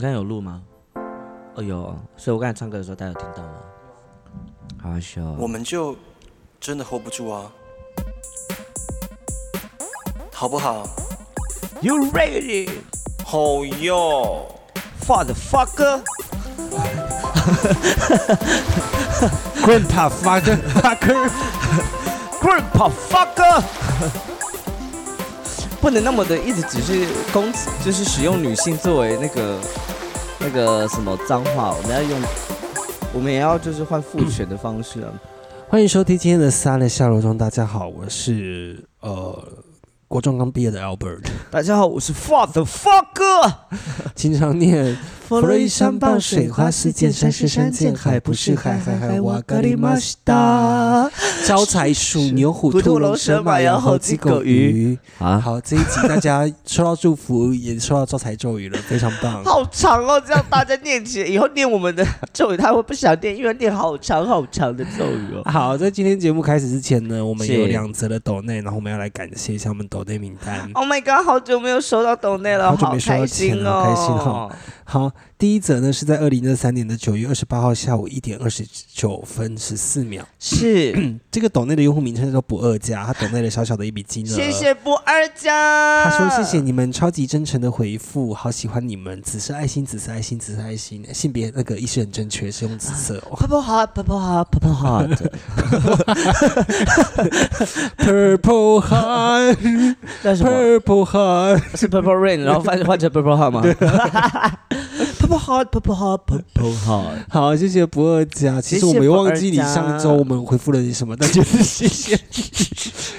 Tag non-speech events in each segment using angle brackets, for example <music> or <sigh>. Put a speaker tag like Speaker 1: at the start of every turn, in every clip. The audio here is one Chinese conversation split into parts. Speaker 1: 刚有录吗？哦，有哦，所以我刚才唱歌的时候，大家有听到吗？好害羞哦。
Speaker 2: 我们就真的 hold 不住啊，好不好？
Speaker 1: You ready,
Speaker 2: 好哟，
Speaker 1: motherfucker？
Speaker 3: Grandpa fucker fucker，
Speaker 1: Grandpa fucker，不能那么的一直只是攻，就是使用女性作为那个那个什么脏话，我们要用，我们也要就是换父权的方式啊。
Speaker 3: <laughs> 欢迎收听今天的三类下楼中，大家好，我是呃国中刚毕业的 Albert，
Speaker 1: 大家好，我是 father fucker。
Speaker 3: 经常念
Speaker 4: 佛罗伊山傍水，花似溅，山是山，见海不是海，海海哇嘎里玛西达。
Speaker 3: 招财鼠、牛、虎、
Speaker 1: 虎
Speaker 3: 兔、
Speaker 1: 兔
Speaker 3: 龙、
Speaker 1: 龙 <laughs>
Speaker 3: 蛇、
Speaker 1: 蛇
Speaker 3: 马
Speaker 1: 马
Speaker 3: 羊、
Speaker 1: 羊
Speaker 3: 猴、
Speaker 1: 猴
Speaker 3: 鸡、
Speaker 1: 鸡
Speaker 3: 狗、
Speaker 1: 狗
Speaker 3: 鱼
Speaker 1: 鱼。
Speaker 3: 啊
Speaker 1: 啊，
Speaker 3: 好，这一集大家收到祝福，也收到招财咒语了，非常
Speaker 1: <laughs>
Speaker 3: 棒。
Speaker 1: 好长哦，这样大家念起来以后念我们的咒语，他会不想念，因为念好长好长的咒语哦。
Speaker 3: 好，在今天节目开始之前呢，我们
Speaker 1: 是
Speaker 3: 有两则的抖内，然后我们要来感谢一下我们抖内名单。
Speaker 1: Oh my god，好久没有收到抖内了，
Speaker 3: 好久没收到
Speaker 1: 开
Speaker 3: 钱
Speaker 1: 心
Speaker 3: 了
Speaker 1: 哦，
Speaker 3: 好开心哦好，第一则呢是在二零二三年的九月二十八号下午一点二十九分十四秒，
Speaker 1: 是，
Speaker 3: 这个抖内的用户名称叫做不二家，他抖内了小小的一笔金额。
Speaker 1: 谢谢不二家。
Speaker 3: 他说：“谢谢你们超级真诚的回复，好喜欢你们，紫色爱心，紫色爱心，紫色爱心，性别那个意识很正确，是用紫色哦
Speaker 1: Purple heart, purple heart, purple heart。
Speaker 3: ，Purple Heart，Purple
Speaker 1: 那什么
Speaker 3: Heart，
Speaker 1: 是 purple rain，然后换换成 purple heart 吗 <laughs> ？Purple heart, purple heart, purple heart。
Speaker 3: 好，谢谢不二家。其
Speaker 1: 谢谢
Speaker 3: 实我们也
Speaker 1: 不
Speaker 3: 忘
Speaker 1: 二
Speaker 3: 记你
Speaker 1: 家
Speaker 3: 上周我们回复了你什么，但就是谢
Speaker 1: <laughs>
Speaker 3: 谢。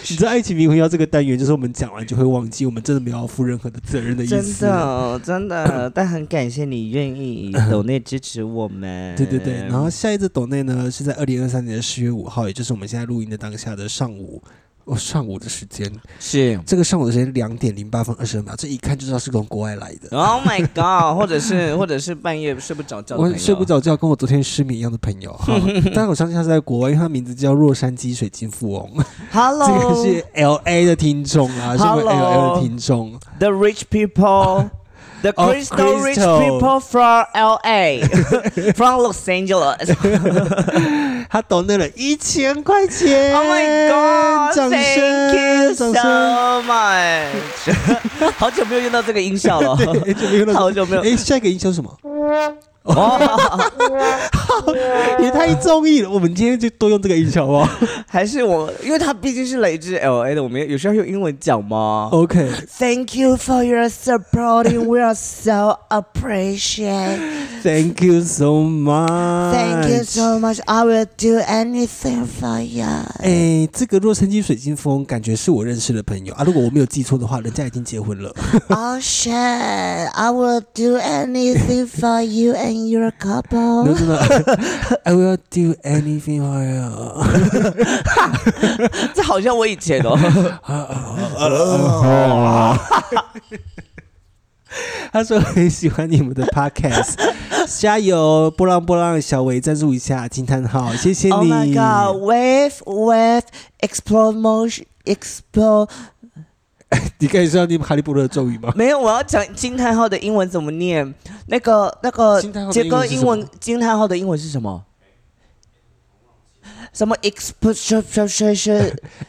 Speaker 3: 你知道《爱情迷魂药》这个单元，就是我们讲完就会忘记，我们真的没有要负任何的责任的意思。
Speaker 1: 真的哦，真的，但很感谢你愿意以抖内支持我们。
Speaker 3: 对对对，然后下一次抖内呢是在二零二三年的十月五号，也就是我们现在录音的当下的上午，哦，上午的时间，
Speaker 1: 是
Speaker 3: 这个上午的时间两点零八分二十二秒，这一看就知道是从国外来的。
Speaker 1: Oh my god！或者是或者是半夜睡不着觉的朋
Speaker 3: 我
Speaker 1: 友，
Speaker 3: 睡不着觉，跟我昨天失眠一样的朋友
Speaker 1: <laughs>
Speaker 3: 哈，当然我相信他是在国外，因为他名字叫洛杉矶水晶富翁，这
Speaker 1: Hello，
Speaker 3: 个是 L A 的听众啊，是我们 L A
Speaker 1: Hello
Speaker 3: 的听众。
Speaker 1: The rich
Speaker 3: <laughs>
Speaker 1: people。The
Speaker 3: Of
Speaker 1: crystal rich
Speaker 3: crystal.
Speaker 1: people from
Speaker 3: <laughs>
Speaker 1: LA, from Los Angeles.
Speaker 3: 他抖内了一千块钱
Speaker 1: Oh my god!
Speaker 3: 掌
Speaker 1: Thank
Speaker 3: 声，
Speaker 1: you so
Speaker 3: 掌声！
Speaker 1: <laughs> much. <laughs> 好久没有用到这个音效了， <laughs>
Speaker 3: 哎，就没有那种
Speaker 1: 好久没有。
Speaker 3: 哎，下一个营销是什么？
Speaker 1: 哦，
Speaker 3: 也太中意了，我们今天就多用这个音效吧。
Speaker 1: 还是我，因为它毕竟是来自 LA 的，我们有需要用英文讲吗
Speaker 3: OK，
Speaker 1: ？Thank you for your supporting. We are so appreciate.
Speaker 3: Thank you so much.
Speaker 4: Thank you so much. I will do anything for you.
Speaker 3: 哎，这个洛杉矶水晶风感觉是我认识的朋友啊，如果我没有记错的话，人家已经结婚了。
Speaker 4: Oh shit! I will do anything for you and your
Speaker 3: 然
Speaker 4: couple.
Speaker 3: 后真的，I will do anything for you
Speaker 1: 这好像我以前哦。
Speaker 4: 哦
Speaker 3: 他说很喜欢你们的 podcast，加油！波浪波浪，小维赞助一下，惊叹号，谢谢你。
Speaker 4: Oh my god! Wave, wave, explode motion, explode.
Speaker 3: 你可以知道你们哈利波特的咒语吗？
Speaker 1: 没有，我要讲惊叹号的英文怎么念？那个那个
Speaker 3: 惊叹号的
Speaker 1: 杰
Speaker 3: 英文
Speaker 1: 哥
Speaker 3: 是什么
Speaker 1: 英文惊叹号的英文是什么？什么 explosion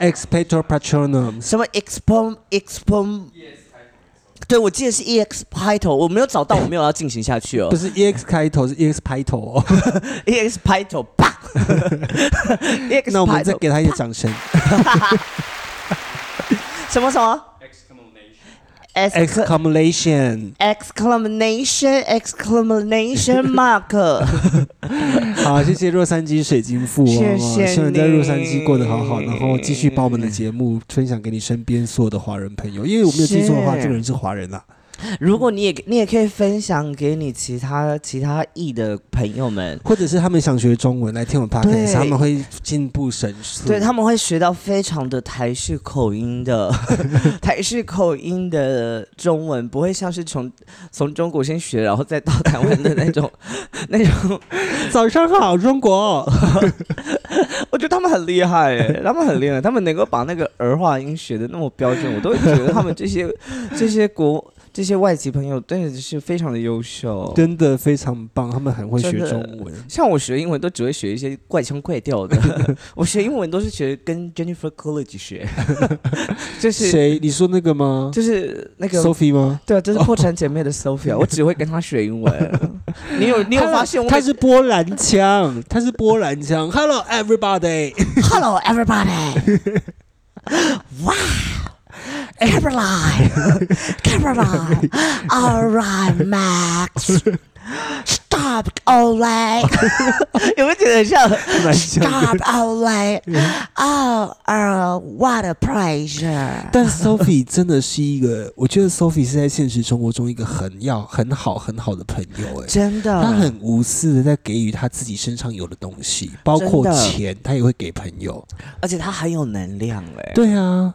Speaker 3: Expector Patronum，
Speaker 1: 什么 expon expon？对，我记得是 ex 开头，我没有找到，我没有要进行下去哦 E
Speaker 3: 不。是 EX 开头，是 EX 开
Speaker 1: <laughs>
Speaker 3: 头、哦。
Speaker 1: ex 开头，啪 E！ex
Speaker 3: <laughs> 那我们
Speaker 1: 开
Speaker 3: 再
Speaker 1: 头，
Speaker 3: 给他一个掌声。
Speaker 1: 什么什么 <laughs>
Speaker 4: Ex-
Speaker 3: Exclamation！
Speaker 4: exclamation, exclamation
Speaker 1: <laughs>
Speaker 4: mark.
Speaker 3: 好，谢谢洛杉矶水晶富翁、哦，
Speaker 1: 谢谢
Speaker 3: 希望你在洛杉矶过得好好，
Speaker 1: 你
Speaker 3: 然后继续把我们的节目分享给你身边所有的华人朋友，因为我没有记错的话，
Speaker 1: 是
Speaker 3: 这个人是华人啊。
Speaker 1: 如果你也你也可以分享给你其他其他裔的朋友们，
Speaker 3: 或者是他们想学中文来听我们 podcast，
Speaker 1: 对
Speaker 3: 他们会进步神速。
Speaker 1: 对，他们会学到非常的台式口音 <laughs> 的台式口音的中文，不会像是从从中国先学，然后再到台湾的那 <laughs> 种那种。
Speaker 3: 早上好，中国。
Speaker 1: <laughs> 我觉得他们很厉害哎，他们很厉害，他们能够把那个儿化音学的那么标准，我都会觉得他们这些这些国。这些外籍朋友真的是非常的优秀。
Speaker 3: 真的非常棒，他们很会学
Speaker 1: 真的
Speaker 3: 中文。
Speaker 1: 像我学英文都只会学一些怪腔怪调
Speaker 3: <laughs>
Speaker 1: 的，我学英文都是学跟 Jennifer Coolidge 学，就是
Speaker 3: 谁？你说那个吗
Speaker 1: 就是那个
Speaker 3: ？Sophie 吗？
Speaker 1: 对啊，就是破产姐妹的 Sophia，、我
Speaker 3: <laughs>
Speaker 1: 只会跟她学英文。你有你有发现我
Speaker 3: 他是波兰腔，他是波兰腔。Hello everybody，
Speaker 1: Hello everybody，哇，Caroline，Caroline，All right Max。Stop, Olay！有没有觉得很像
Speaker 3: 蛮 <laughs> 像的。
Speaker 1: Stop, Olay？哦，
Speaker 4: Oh,
Speaker 1: 呃，What a pleasure！
Speaker 3: 但 Sophie 真的是一个，我觉得 Sophie 是在现实生活中一个很要很好很好的朋友、哎，
Speaker 1: 真的，
Speaker 3: 她很无私的在给予她自己身上有的东西，包括
Speaker 1: 真的
Speaker 3: 钱，她也会给朋友。
Speaker 1: 而且他很有能量哎。
Speaker 3: 对啊，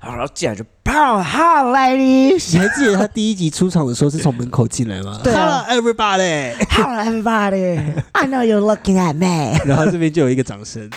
Speaker 1: 然后进来就 Pow How Oh, Ladies，
Speaker 3: 你还记得她第一集出场的时候是从门口进来吗？
Speaker 1: 对啊
Speaker 3: Hello everybody，
Speaker 1: <laughs> Hello everybody，I know you're looking at me。 <laughs>
Speaker 3: 然后这边就有一个掌声，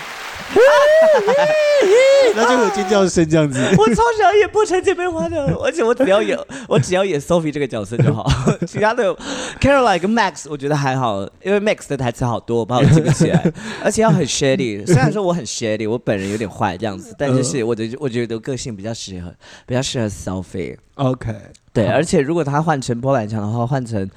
Speaker 3: 那就有尖叫声这样子。
Speaker 1: <laughs> 我超想演《破产姐妹花》的，而且我只要演，我只要演 Sophie 这个角色就好， <laughs> 其他的 Caroline 跟 Max 我觉得还好，因为 Max 的台词好多，我怕我记不起来，而且要很 shady。虽然说我很 shady，我本人有点坏这样子，
Speaker 3: 嗯
Speaker 1: 但就是我觉得我觉得我个性比较适合，比较适合 Sophie。
Speaker 3: OK，
Speaker 1: 对，
Speaker 3: 好
Speaker 1: 而且如果他换成波兰腔的话，换成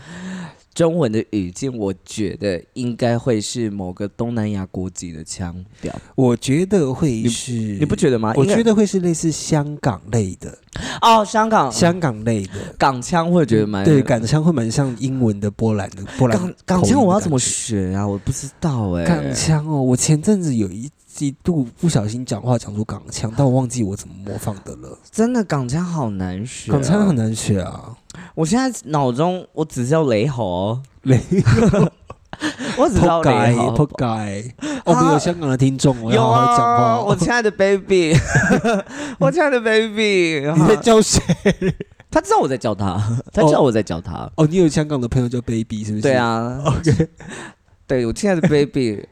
Speaker 1: 中文的语境，我觉得应该会是某个东南亚国籍的腔调，
Speaker 3: 我觉得会是，
Speaker 1: 你不觉得吗？
Speaker 3: 嗯我
Speaker 1: 应该
Speaker 3: 觉得会是类似香港类的，
Speaker 1: 哦，香港
Speaker 3: 香港类的。
Speaker 1: 港腔，我也觉得蛮
Speaker 3: 对，港腔会蛮像英文的波兰的波兰
Speaker 1: 港港
Speaker 3: 口音
Speaker 1: 腔
Speaker 3: 的
Speaker 1: 我要怎么
Speaker 3: 感觉
Speaker 1: 学啊？我不知道哎、
Speaker 3: 港腔哦，我前阵子有一一度不小心讲话讲出港腔，但我忘记我怎么模仿的了。
Speaker 1: 真的港腔好难学、哦
Speaker 3: 港腔很。难学啊，
Speaker 1: 我现在脑中我只知道雷
Speaker 3: <laughs>
Speaker 1: 猴，
Speaker 3: 雷
Speaker 1: 我只知道
Speaker 3: 扑
Speaker 1: 雷 <laughs>
Speaker 3: 街
Speaker 1: 猴。
Speaker 3: 扑街！我们哦有香港的听众，我要
Speaker 1: 有
Speaker 3: 好好讲话
Speaker 1: 啊，我
Speaker 3: <laughs> 哦。
Speaker 1: 亲爱的 baby，我亲爱的 baby，
Speaker 3: 你在教谁？
Speaker 1: 他知道我在叫他，他知道我在叫他。
Speaker 3: 哦，你有香港的朋友叫 baby 是不是？
Speaker 1: 对，啊，OK，对我亲爱的 baby。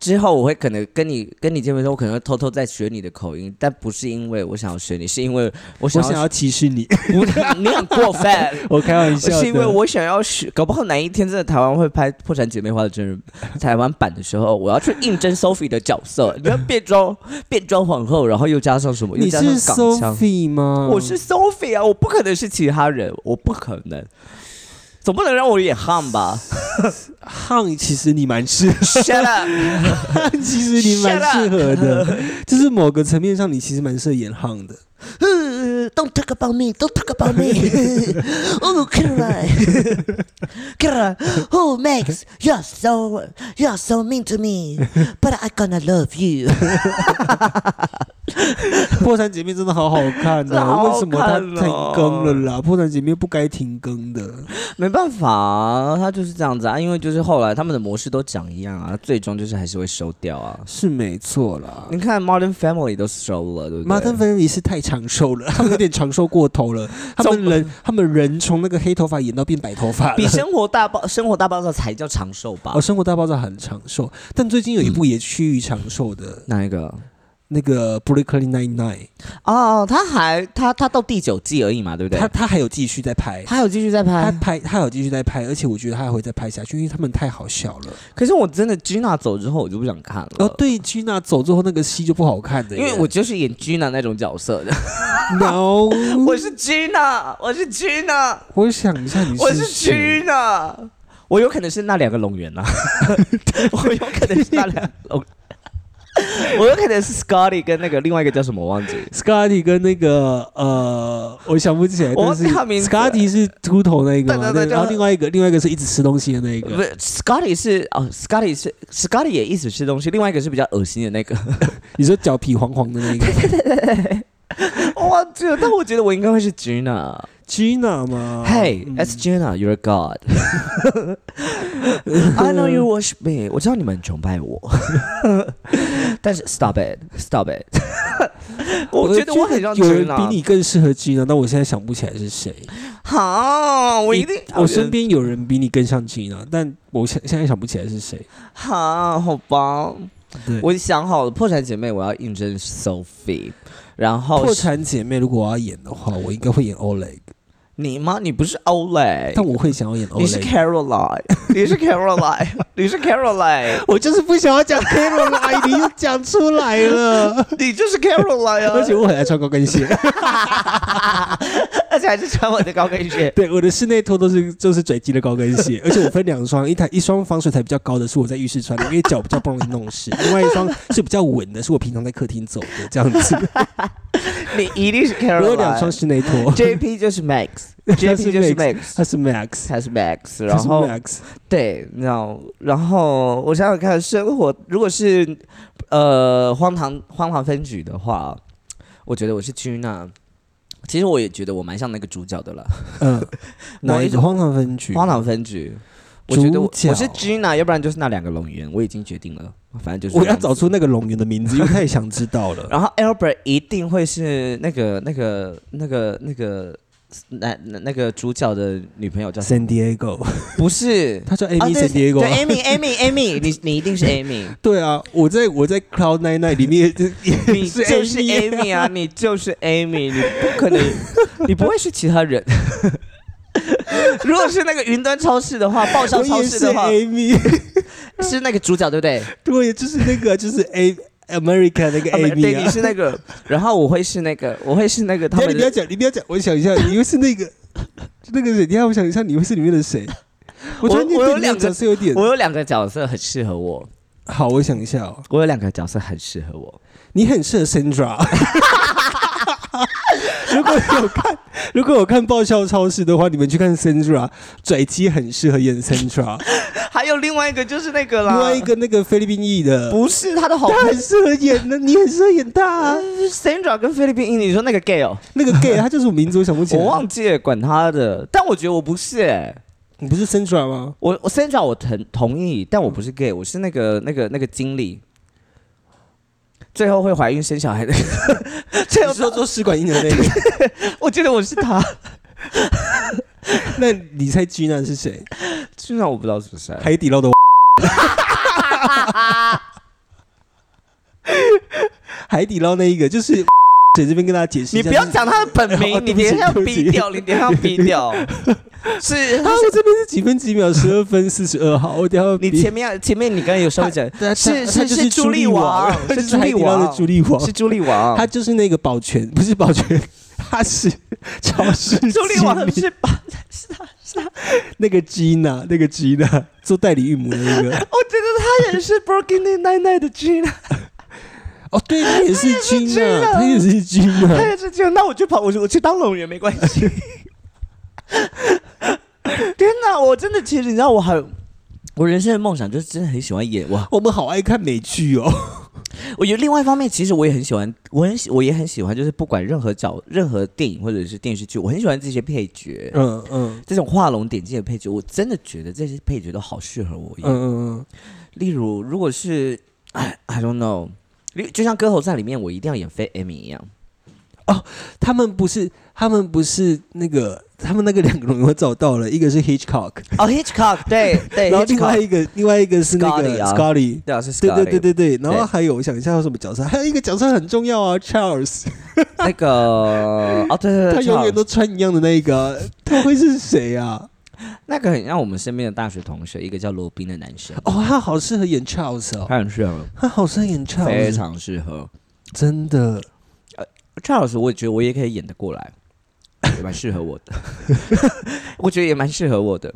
Speaker 1: 之后我会可能跟你跟你见面的时候，我可能会偷偷在学你的口音，但不是因为我想要学你，是因为我
Speaker 3: 我
Speaker 1: 想
Speaker 3: 想
Speaker 1: 要
Speaker 3: 要歧
Speaker 1: <laughs>
Speaker 3: 视你，
Speaker 1: 不，你很过分。
Speaker 3: 我开玩 <laughs> 笑的。
Speaker 1: 是因为我想要学，搞不好哪一天真的台湾会拍《破产姐妹花》的真人 <laughs> 台湾版的时候，我要去应征 Sophie 的角
Speaker 3: <laughs>
Speaker 1: 色，你要变装变装皇后，然后又加上什么？又
Speaker 3: 你
Speaker 1: 加
Speaker 3: 是
Speaker 1: 上港腔。
Speaker 3: Sophie 吗？
Speaker 1: 我是 Sophie 啊，我不可能是其他人，我不可能，总不能让我演汉
Speaker 3: <laughs>
Speaker 1: 吧
Speaker 3: Han，其实你蛮适
Speaker 1: ？Shut up！
Speaker 3: Han 其实你蛮适合 <laughs> 的，就是某个层面上，你其实蛮适合演 Han <laughs> 的。
Speaker 1: 呃 Don't talk about me. Don't talk about me. <laughs> oh, Caroline, Caroline. Oh, Max, you're so you're so mean to me, but I gonna love <laughs> you.
Speaker 3: 破产姐妹真的好好看
Speaker 1: 真的好好
Speaker 3: 哦，
Speaker 1: 看哦
Speaker 3: 为什么它停更了啦？破产姐妹不该停更的。
Speaker 1: 没办法、啊，他就是这样子啊，因为就是后来他们的模式都长一样啊，最终就是还是会收掉啊。
Speaker 3: 是没错啦。
Speaker 1: 你看 Modern Family 都收了，对不对？
Speaker 3: 马丹芬里是太长寿了，他们有点长寿过头 <laughs> 了。他们人，他们人从那个黑头发演到 <laughs> 变白头发
Speaker 1: 比
Speaker 3: 了。
Speaker 1: 生活大爆生活大爆炸才叫长寿吧
Speaker 3: 哦，？生活大爆炸很长寿，但最近有一部也趋于长寿的，
Speaker 1: 哪一个？
Speaker 3: 那个《Brooklyn Nine Nine》，
Speaker 1: 哦，他还他他到第九季而已嘛，对不对？
Speaker 3: 他他还有继续在拍，
Speaker 1: 他有继续在
Speaker 3: 他
Speaker 1: 拍，
Speaker 3: 拍，他有继续在拍，而且我觉得他还会再拍下去，因为他们太好笑了。
Speaker 1: 可是我真的 Gina 走之后，我就不想看了。
Speaker 3: 然后对 Gina 走之后，那个戏就不好看的
Speaker 1: 因
Speaker 3: 耶，
Speaker 1: 为我就是演 Gina 那种角 <laughs> 色的，
Speaker 3: no，
Speaker 1: <laughs> 我是 Gina，我是 Gina，
Speaker 3: 我想一下你
Speaker 1: 我是
Speaker 3: 谁
Speaker 1: Gina，我有可能是那两个龙源呐、啊 <laughs> 我有可能是那两个龙，我有可能是 Scotty 跟那个另外一个叫什么我忘记，
Speaker 3: Scotty 跟那个呃，我想不起来，
Speaker 1: 我忘
Speaker 3: 但
Speaker 1: 记
Speaker 3: 是
Speaker 1: 他名字
Speaker 3: Scotty 是秃头那个
Speaker 1: 对
Speaker 3: 嘛，
Speaker 1: 对对
Speaker 3: 那然后
Speaker 1: 就
Speaker 3: 另外一个另外一个是一直吃东西的那
Speaker 1: 不
Speaker 3: 个。
Speaker 1: 是 Scotty 是哦，Scotty 是 Scotty 也一直吃东西，另外一个是比较恶心的那个，
Speaker 3: 你说脚皮黄黄的那个
Speaker 1: <laughs> 我忘记了，但我觉得我应该会是 Gina。
Speaker 3: Gina 吗？
Speaker 1: Hey,
Speaker 3: 嗯
Speaker 1: that's Gina. You're a god. <laughs> I know you worship me. 我知道你们崇拜
Speaker 3: <laughs>
Speaker 1: 我，但是 stop it, stop
Speaker 3: <laughs>
Speaker 1: it. 我觉得我很像
Speaker 3: 有人
Speaker 1: Gina。
Speaker 3: 比你更适合 Gina，但我现在想不起来是谁。
Speaker 1: 好，我一定
Speaker 3: 我身边有人比你更像 Gina，但我现现在想不起来是谁。
Speaker 1: 好，好吧。
Speaker 3: 对，
Speaker 1: 我想好了，破产姐妹我要应征 Sophie，然后
Speaker 3: 破产姐妹如果我要演的话，我应该会演 Oleg。
Speaker 1: 你吗？你不是 Olay，
Speaker 3: 但我会想要演欧
Speaker 1: 你是
Speaker 3: 蕾，
Speaker 1: Caroline，你
Speaker 3: <laughs>
Speaker 1: 是 Caroline，你是 Caroline，
Speaker 3: 我就是不想要讲 Caroline，你又 <laughs> 讲出来了，
Speaker 1: 你就是 Caroline
Speaker 3: <laughs> 而且
Speaker 1: 啊！
Speaker 3: 我很爱穿高跟鞋，。
Speaker 1: 而且还是穿我的高跟鞋
Speaker 3: 对，我的室内拖都是就是嘴机的高跟鞋，而且我分两双，一台一双防水台比较高的是我在浴室穿的，因为脚比较不容易弄湿；，另外一双是比较稳的，是我平常在客厅走的这样 <laughs> 子。
Speaker 1: 你一定是 Caroline。
Speaker 3: 我有两双室内拖，
Speaker 1: JP 就是
Speaker 3: <laughs> 他
Speaker 1: Max，JP 就是 Max，
Speaker 3: 他是 Max，
Speaker 1: 他是 Max，
Speaker 3: 他
Speaker 1: 然
Speaker 3: 是
Speaker 1: 后
Speaker 3: Max，
Speaker 1: 对，然后然后我想想看，生活如果是呃荒唐荒唐分局的话，我觉得我是君娜。其实我也觉得我蛮像那个主角的了， <laughs>
Speaker 3: 嗯，哪一种荒唐分局？
Speaker 1: 荒唐分局。我觉得我
Speaker 3: 主角
Speaker 1: 我是 Gina，要不然就是那两个龙源，我已经决定了，反正就是
Speaker 3: 我
Speaker 1: 这
Speaker 3: 要
Speaker 1: 样子
Speaker 3: 找出那个龙源的名字，因为太想知道 <laughs> 了。
Speaker 1: 然后 Albert 一定会是那个那个那个那个男那那个主角的女朋友叫什么？
Speaker 3: San Diego，
Speaker 1: 不是
Speaker 3: 他叫
Speaker 1: 啊
Speaker 3: Amy
Speaker 1: 对
Speaker 3: San Diego
Speaker 1: 对
Speaker 3: 啊。
Speaker 1: Amy Amy Amy，你你一定
Speaker 3: <laughs>
Speaker 1: 是 Amy，
Speaker 3: 对啊，我在我在 Cloud Nine Nine 里面就
Speaker 1: 你就是
Speaker 3: Amy
Speaker 1: Amy 啊，你就是 Amy，你不可能，你不会是其他人。 <laughs> 如果是那个云端超市的话，爆笑
Speaker 3: 我
Speaker 1: 超
Speaker 3: 也
Speaker 1: 市
Speaker 3: 是
Speaker 1: 的话，
Speaker 3: Amy， <laughs>
Speaker 1: 是那个主角对不对？
Speaker 3: 对，就是那个就是 A America 那个
Speaker 1: 啊没有对，
Speaker 3: Amy
Speaker 1: 你
Speaker 3: 啊。
Speaker 1: 是那个，然后我会是那个，我会是那个他
Speaker 3: 等一下
Speaker 1: 们
Speaker 3: 你不要
Speaker 1: 的。
Speaker 3: 讲，你不要讲，我想一下，你又是那个 <laughs> 那个谁？你看，我想一下，你会是里面的谁？我突然间
Speaker 1: 我
Speaker 3: 对
Speaker 1: 有
Speaker 3: 你
Speaker 1: 两
Speaker 3: 的
Speaker 1: 个
Speaker 3: 角色有点
Speaker 1: 我有两个角色很适合我，
Speaker 3: 好，我想一下哦，
Speaker 1: 我有两个角色很适合我。
Speaker 3: 你很适合 Sandra。如果有看，如果有看《爆笑超市》的话，你们去看 Sandra，拽机很适合演 <laughs> Sandra。
Speaker 1: 还有另外一个就是那个啦，
Speaker 3: 另外一个那个菲律宾裔的，
Speaker 1: 不是他的好
Speaker 3: 他
Speaker 1: 朋
Speaker 3: 很适合演的，你很适合演他、啊。
Speaker 1: 友 Sandra 跟菲律宾裔，你说那个 gay 哦， <laughs>
Speaker 3: 那个 gay，他叫什么名字？我想不起来。
Speaker 1: 我忘记了，管他的。但我觉得我不是哎、
Speaker 3: 你不是 Sandra 吗？
Speaker 1: 我我 Sandra 我同同意，但我不是 gay，我是那个那个那个经理，最后会怀孕生小 <laughs> 孩的。最
Speaker 3: 你
Speaker 1: 后
Speaker 3: 说做试管婴儿那
Speaker 1: <laughs>
Speaker 3: 个？
Speaker 1: 我觉得我是 <laughs> 他，
Speaker 3: 那你猜 Gina 是谁？
Speaker 1: 虽然我不知道是谁。
Speaker 3: 海底
Speaker 1: <laughs>
Speaker 3: 捞的海底捞那一个就是 <laughs> 姐这边跟大家解释一
Speaker 1: 你
Speaker 3: 下，
Speaker 1: 不要
Speaker 3: 就是
Speaker 1: 讲他的本
Speaker 3: 哦
Speaker 1: 名，你
Speaker 3: 对不
Speaker 1: 等
Speaker 3: 起
Speaker 1: 一下要
Speaker 3: 对不起
Speaker 1: 逼掉，你等一下要逼掉。 <laughs> 是，
Speaker 3: 啊！我这边是几分几秒，十二分四十二号，我等一下
Speaker 1: <laughs> 你前面要前面你刚才有稍微讲，
Speaker 3: 面
Speaker 1: 是是
Speaker 3: 就是
Speaker 1: 是朱
Speaker 3: 莉
Speaker 1: 莉王
Speaker 3: 他就是是
Speaker 1: 朱
Speaker 3: 海
Speaker 1: 莉
Speaker 3: 底捞的
Speaker 1: 王
Speaker 3: 朱莉王，
Speaker 1: 是朱莉王，
Speaker 3: 他就是那个保全，不是保全，他是 <laughs> 超市
Speaker 1: 朱莉王
Speaker 3: 经理
Speaker 1: 是吧？，
Speaker 3: 那个 Gina，那个 Gina 做代理孕母的那
Speaker 1: 我
Speaker 3: 个
Speaker 1: 觉得他也是 Brooklyn Nine Nine 的 Gina，
Speaker 3: <laughs> 哦，对，他也是
Speaker 1: Gina
Speaker 3: Gina，他也是
Speaker 1: 他
Speaker 3: Gina，
Speaker 1: 也是 Gina。那我就跑，我我去当龙人没关系。 <laughs> 天哪，我真的其实你知道我很。我人生的梦想就是真的很喜欢演哇！
Speaker 3: 我们好爱看美剧哦。
Speaker 1: 我觉得另外一方面，其实我也很喜欢，我很喜我也很喜欢，就是不管任何角、任何电影或者是电视剧，我很喜欢这些配角，
Speaker 3: 嗯嗯
Speaker 1: 这种画龙点睛的配角，我真的觉得这些配角都好适合我
Speaker 3: 嗯
Speaker 1: 演。
Speaker 3: 嗯
Speaker 1: 例如，如果是 I I don't know，例就像歌喉战里面，我一定要演非 Amy 一样，
Speaker 3: 嗯，他们不是，他们不是那个，他们那个两个人我找到了，一个是 Hitchcock，
Speaker 1: 哦，Hitchcock，对对
Speaker 3: 然后另外
Speaker 1: ，Hitchcock，
Speaker 3: 一个另外一个是那个
Speaker 1: Scotty 啊
Speaker 3: Scotty。
Speaker 1: 对啊是 Scotty，
Speaker 3: 对对对对对，然后
Speaker 1: 对
Speaker 3: 还有我想一下还有什么角色，还有一个角色很重要啊，Charles，
Speaker 1: 那
Speaker 3: <laughs>
Speaker 1: 个哦对对对，
Speaker 3: 他永
Speaker 1: Charles
Speaker 3: 远都穿一样的那一个，他会是谁啊？
Speaker 1: 那个很像我们身边的大学同学，一个叫罗宾的男生，
Speaker 3: 哦，他好适合演 Charles 哦，
Speaker 1: 他很适合，
Speaker 3: 他好适合演
Speaker 1: 非
Speaker 3: Charles，
Speaker 1: 常适合
Speaker 3: 真的。
Speaker 1: Charles，我也觉得我也可以演得过来，也蛮适合我
Speaker 3: <laughs>
Speaker 1: 的，我觉得也蛮适合我的。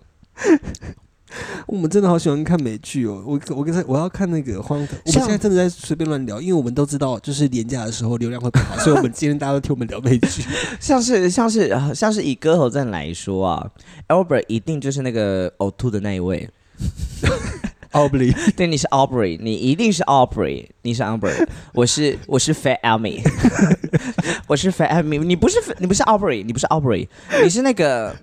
Speaker 3: 我们真的好喜欢看美剧哦！我我跟他我要看那个荒唐，我们
Speaker 1: 像
Speaker 3: 现在真的在随便乱聊，因为我们都知道，就是廉价的时候流量会
Speaker 1: <laughs>
Speaker 3: 不好，所以我们今天大家都听我们聊美剧。
Speaker 1: 像是像是呃像是以歌喉战来说啊，Albert 一定就是那个呕吐的那一位。哦
Speaker 3: Obli，
Speaker 1: 对，你是 Aubrey，你一定是 Aubrey，你是 Amber，我是我是 Fat Amy，我是 Fat Amy，你不是你不是 Aubrey，你不是 Aubrey，你是那个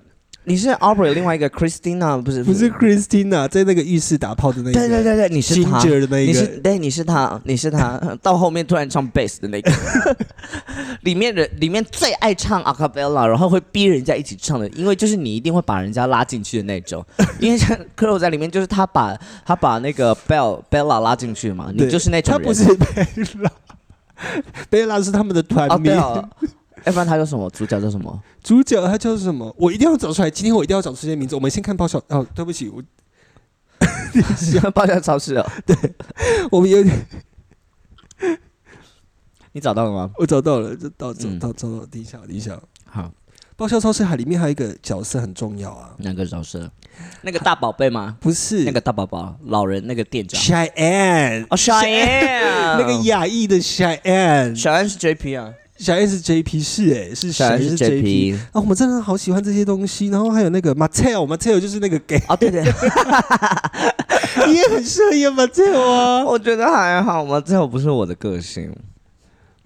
Speaker 1: 你是 Aubrey 另外一个 Christina 不是
Speaker 3: 不是 Christina 在那个浴室打炮的那一个，
Speaker 1: 对对对对，你是他。
Speaker 3: ，Ginger 的那一
Speaker 1: 你
Speaker 3: 个，
Speaker 1: 是哎对，你是他，你是他，到后面突然唱 bass 的那个， <laughs> 里面人里面最爱唱 a cappella，然后会逼人家一起唱的，因为就是你一定会把人家拉进去的那种。 <laughs> 因为像 c r o 在里面，就是他把他把那个 Bell Bella 拉进去嘛，你
Speaker 3: 对 <laughs>
Speaker 1: 就是那种
Speaker 3: 他
Speaker 1: 人。
Speaker 3: 不是贝拉，贝拉是他们的团
Speaker 1: 哦，
Speaker 3: 名 <laughs>
Speaker 1: 对，哦，要不然他叫什么？主角叫什么？
Speaker 3: 主角他叫什么？我一定要找出来，今天我一定要找出这些名字。我们先看爆笑哦，对不起，我
Speaker 1: 爆笑超市哦，
Speaker 3: 我们有点 <laughs>
Speaker 1: 你找到了吗？
Speaker 3: 我找到了，这到找
Speaker 1: 嗯
Speaker 3: 到找到，等一下等一下，
Speaker 1: 好，
Speaker 3: 爆笑超市海里面还有一个角色很重要啊，
Speaker 1: 那个超市，那个大宝贝吗？
Speaker 3: 不是
Speaker 1: 那个大宝宝，老人那个店长。
Speaker 3: Cheyenne
Speaker 1: 哦，小燕，
Speaker 3: <laughs> 那个亚裔的 Cheyenne，
Speaker 1: 小燕是 JP 啊，
Speaker 3: 小 S JP 是哎、是
Speaker 1: 小燕是
Speaker 3: Cheyenne JP。
Speaker 1: JP。
Speaker 3: 啊，我们真的好喜欢这些东西，然后还有那个 Mattel，Mattel 就是那个
Speaker 1: <laughs>
Speaker 3: gay，
Speaker 1: 哦，对对，
Speaker 3: <laughs> 你也很适合演 Mattel 啊。
Speaker 1: 我觉得还好嘛，这又不是我的个性。